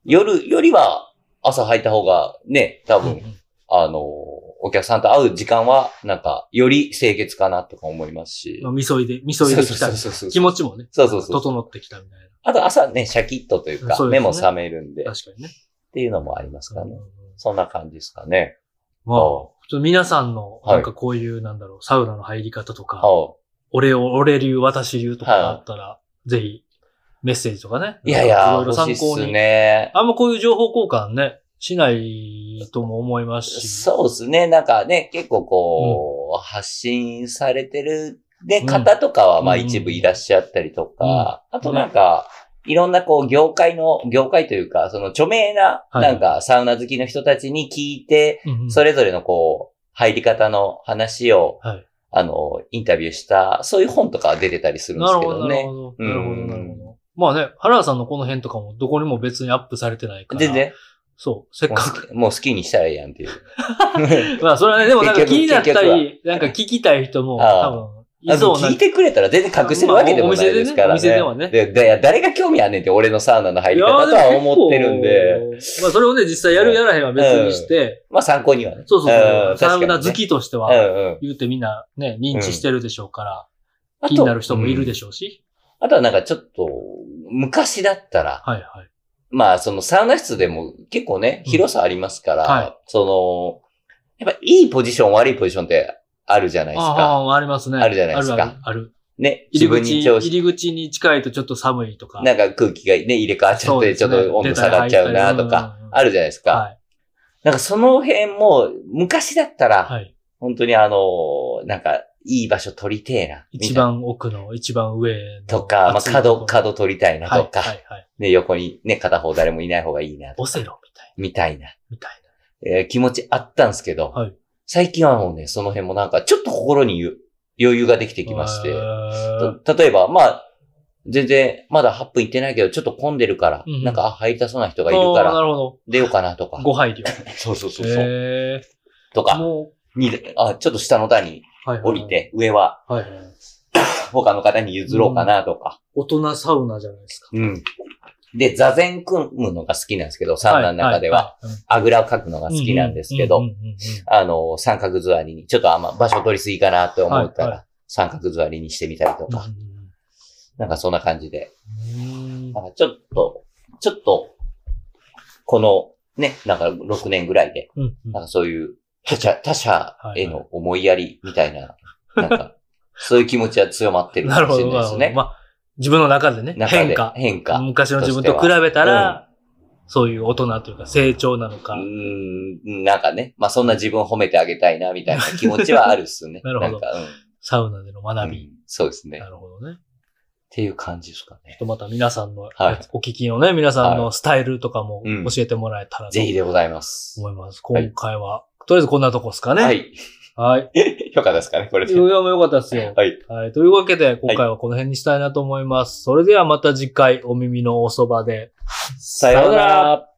Speaker 2: 夜よりは朝入った方がね、多分、
Speaker 1: うんうん
Speaker 2: あの、お客さんと会う時間は、なんか、より清潔かなとか思いますし
Speaker 1: ま。あ、みそいで、みそいできたり。
Speaker 2: そうそうそう
Speaker 1: 気持ちもね、
Speaker 2: そうそうそう
Speaker 1: 整ってきたみたい
Speaker 2: あと朝ね、シャキッとというか、
Speaker 1: そうで
Speaker 2: 目
Speaker 1: すね
Speaker 2: も覚めるんで、
Speaker 1: な。
Speaker 2: っ
Speaker 1: 確かにね。
Speaker 2: ていうのもありますか
Speaker 1: うん
Speaker 2: ね
Speaker 1: うん。うん
Speaker 2: そんな感じですかね。
Speaker 1: まあ、ちょっと皆さんの、
Speaker 2: はい
Speaker 1: なんかこういう、なんだろう、サウナの入り方とか、
Speaker 2: あ
Speaker 1: 俺を、俺流、私流とかあったら、ぜひ、メッセージとかね。
Speaker 2: いやいや、
Speaker 1: ろいろ参
Speaker 2: 欲
Speaker 1: 考
Speaker 2: しいっす
Speaker 1: に
Speaker 2: ね。
Speaker 1: あんまこういう情報交換ね、しないとも思いますし。
Speaker 2: そうですね。なんかね、結構こう、発信されてる、で、
Speaker 1: うん
Speaker 2: 方とかは、まあ
Speaker 1: うんうん
Speaker 2: 一部いらっしゃったりとか、あとなんか、いろんなこう、業界の、業界というか、その著名な、
Speaker 1: はい
Speaker 2: なんか、サウナ好きの人たちに聞いて、
Speaker 1: うんうん
Speaker 2: それぞれのこう、入り方の話を、
Speaker 1: はい
Speaker 2: あの、インタビューした、そういう本とか出てたりするんで
Speaker 1: な
Speaker 2: す
Speaker 1: る
Speaker 2: け
Speaker 1: ほど、
Speaker 2: ど
Speaker 1: なる
Speaker 2: ね。
Speaker 1: ほど。
Speaker 2: うん
Speaker 1: なるほど、なるほど。まあね、原田さんのこの辺とかもどこにも別にアップされてないから。
Speaker 2: 全。然、
Speaker 1: そう、せっ
Speaker 2: も
Speaker 1: かく。
Speaker 2: うもう好きにしたらええやん っていう。
Speaker 1: まあそれはね、でもなんか
Speaker 2: 結
Speaker 1: 気に
Speaker 2: 局
Speaker 1: なった
Speaker 2: 結
Speaker 1: り、なんか聞きたい人も
Speaker 2: ああ
Speaker 1: 多分
Speaker 2: あ
Speaker 1: いそう
Speaker 2: の
Speaker 1: な
Speaker 2: 聞い。てくれたら全然隠してるわけでもないですからね。
Speaker 1: まあお店でねお店で
Speaker 2: ででいや誰が興味あんねんって、俺のサウナの入り方とは思ってるん
Speaker 1: い
Speaker 2: で。
Speaker 1: やーも結構まあそれをね、実際やるやらへんは別にして、
Speaker 2: まあ参考にはね。
Speaker 1: そうそうそう、
Speaker 2: ん
Speaker 1: サウナ好
Speaker 2: 確かにね
Speaker 1: きとして
Speaker 2: う
Speaker 1: は、
Speaker 2: んうん。
Speaker 1: 言うてみんなね、認知してるでしょうから、
Speaker 2: あと
Speaker 1: 気になる人もいるでしょうし。
Speaker 2: うんあとはなんかちょっと、昔だったら、
Speaker 1: はいはい。
Speaker 2: まあそのサウナ室でも結構ね、
Speaker 1: うん
Speaker 2: 広さありますから、
Speaker 1: はい
Speaker 2: その、やっぱいいポジション、悪いポジションってあるじゃないですか。
Speaker 1: ああ、ありますね。
Speaker 2: あるじゃないですか
Speaker 1: あるある。ある
Speaker 2: ね、自
Speaker 1: 入
Speaker 2: 分
Speaker 1: り
Speaker 2: に
Speaker 1: 口、
Speaker 2: 調
Speaker 1: 入
Speaker 2: 子、
Speaker 1: り口に近いとちょっと寒いとか。
Speaker 2: なんか空気がね、入れ替わっちゃ
Speaker 1: そ
Speaker 2: っ
Speaker 1: うで
Speaker 2: て、ち
Speaker 1: す
Speaker 2: ょっ
Speaker 1: ね
Speaker 2: と温度下がっちゃうなとか、、あ
Speaker 1: る
Speaker 2: るじゃないですか。
Speaker 1: はい。
Speaker 2: なんかその辺も、昔だったら、
Speaker 1: はい。
Speaker 2: 本当にあの、なんか、いい場所取りてえな。みたい
Speaker 1: 一
Speaker 2: な
Speaker 1: 番奥の、一番上の。
Speaker 2: とか、まあ、
Speaker 1: 熱いとこ
Speaker 2: 角、
Speaker 1: ろ
Speaker 2: 角取りたいなとか、
Speaker 1: はいはいはい。
Speaker 2: ね、横にね、片方誰もいない方がいいな、
Speaker 1: オセロみたいな。
Speaker 2: みたいな、
Speaker 1: みたい
Speaker 2: えー気持ちあったんですけど、
Speaker 1: はい
Speaker 2: 最近はもうね、その辺もなんか、ちょっと心にゆ余裕ができて
Speaker 1: な。
Speaker 2: きまして
Speaker 1: へ、ー
Speaker 2: と例えば、まあ、全然、まだ8分行ってないけど、ちょっと混んでるから、
Speaker 1: うんうん
Speaker 2: なんか、あ、入りたそうな人がいるか
Speaker 1: あーな
Speaker 2: ら、
Speaker 1: るほど。
Speaker 2: 出ようかなとか、
Speaker 1: ご配慮。
Speaker 2: そうそうそうそう、
Speaker 1: へ
Speaker 2: と
Speaker 1: ー
Speaker 2: か、
Speaker 1: も
Speaker 2: にあ、ちょっと下の段に
Speaker 1: う、はいはいはい
Speaker 2: 降り。て、上は
Speaker 1: はいはい。
Speaker 2: 他の方に譲ろうかなとか。
Speaker 1: 大人サウナじゃないですか。
Speaker 2: うん。で、座禅組むのが好きなんですけど、サウナの中では、
Speaker 1: いいい。
Speaker 2: あぐらをかくのが好きなんですけ
Speaker 1: うん
Speaker 2: ど
Speaker 1: う、んうんうんうん
Speaker 2: あの、三角座りに、ちょっとあんま場所取りすぎかなって思うか
Speaker 1: はいは
Speaker 2: ら、三角座りにしてみたりと
Speaker 1: うん
Speaker 2: か、なんかそんな感じで、
Speaker 1: うんうんうん。
Speaker 2: なんかちょっとちょっと、この、ね、なんか6年ぐらいで、
Speaker 1: うんうん
Speaker 2: なんかそういう他者、他者への思いやりみたいな、なんか、そういう気持ちは強まってる
Speaker 1: な
Speaker 2: か
Speaker 1: る
Speaker 2: も
Speaker 1: ほ
Speaker 2: しれ
Speaker 1: ど、
Speaker 2: ない
Speaker 1: な
Speaker 2: で
Speaker 1: る
Speaker 2: す
Speaker 1: ほ
Speaker 2: ね
Speaker 1: ど。。まあ、自分の中でね、
Speaker 2: 中で
Speaker 1: 変化。
Speaker 2: 変化。
Speaker 1: 昔の自分と比べたら、そういう大人というか成長なのか
Speaker 2: う。ん、なんかね、まあそんな自分を褒めてあげたいな、みたいな気持ちはあるっすね
Speaker 1: 。なるほど
Speaker 2: んか、
Speaker 1: サウナでの
Speaker 2: うん
Speaker 1: 学
Speaker 2: う
Speaker 1: び。
Speaker 2: んそうですね。っ
Speaker 1: なるほどね。
Speaker 2: ていう感じですかね
Speaker 1: ちょっ。とまた皆さんの
Speaker 2: はい、
Speaker 1: お聞きのね、皆さんのスタイルとかも
Speaker 2: うん
Speaker 1: 教えてもらえたらと
Speaker 2: ぜひでございます。
Speaker 1: 思います。
Speaker 2: はい
Speaker 1: 今回は、とりあえずこんなとこですか
Speaker 2: は
Speaker 1: ね。
Speaker 2: い。
Speaker 1: はい。
Speaker 2: よかったですかね、これ
Speaker 1: い
Speaker 2: で。
Speaker 1: や、もうよかったですよ。
Speaker 2: はい。
Speaker 1: はい。というわけで、今回はこの辺にしたいなと思います。それではまた次回、お耳のおそばで。
Speaker 2: さようなら。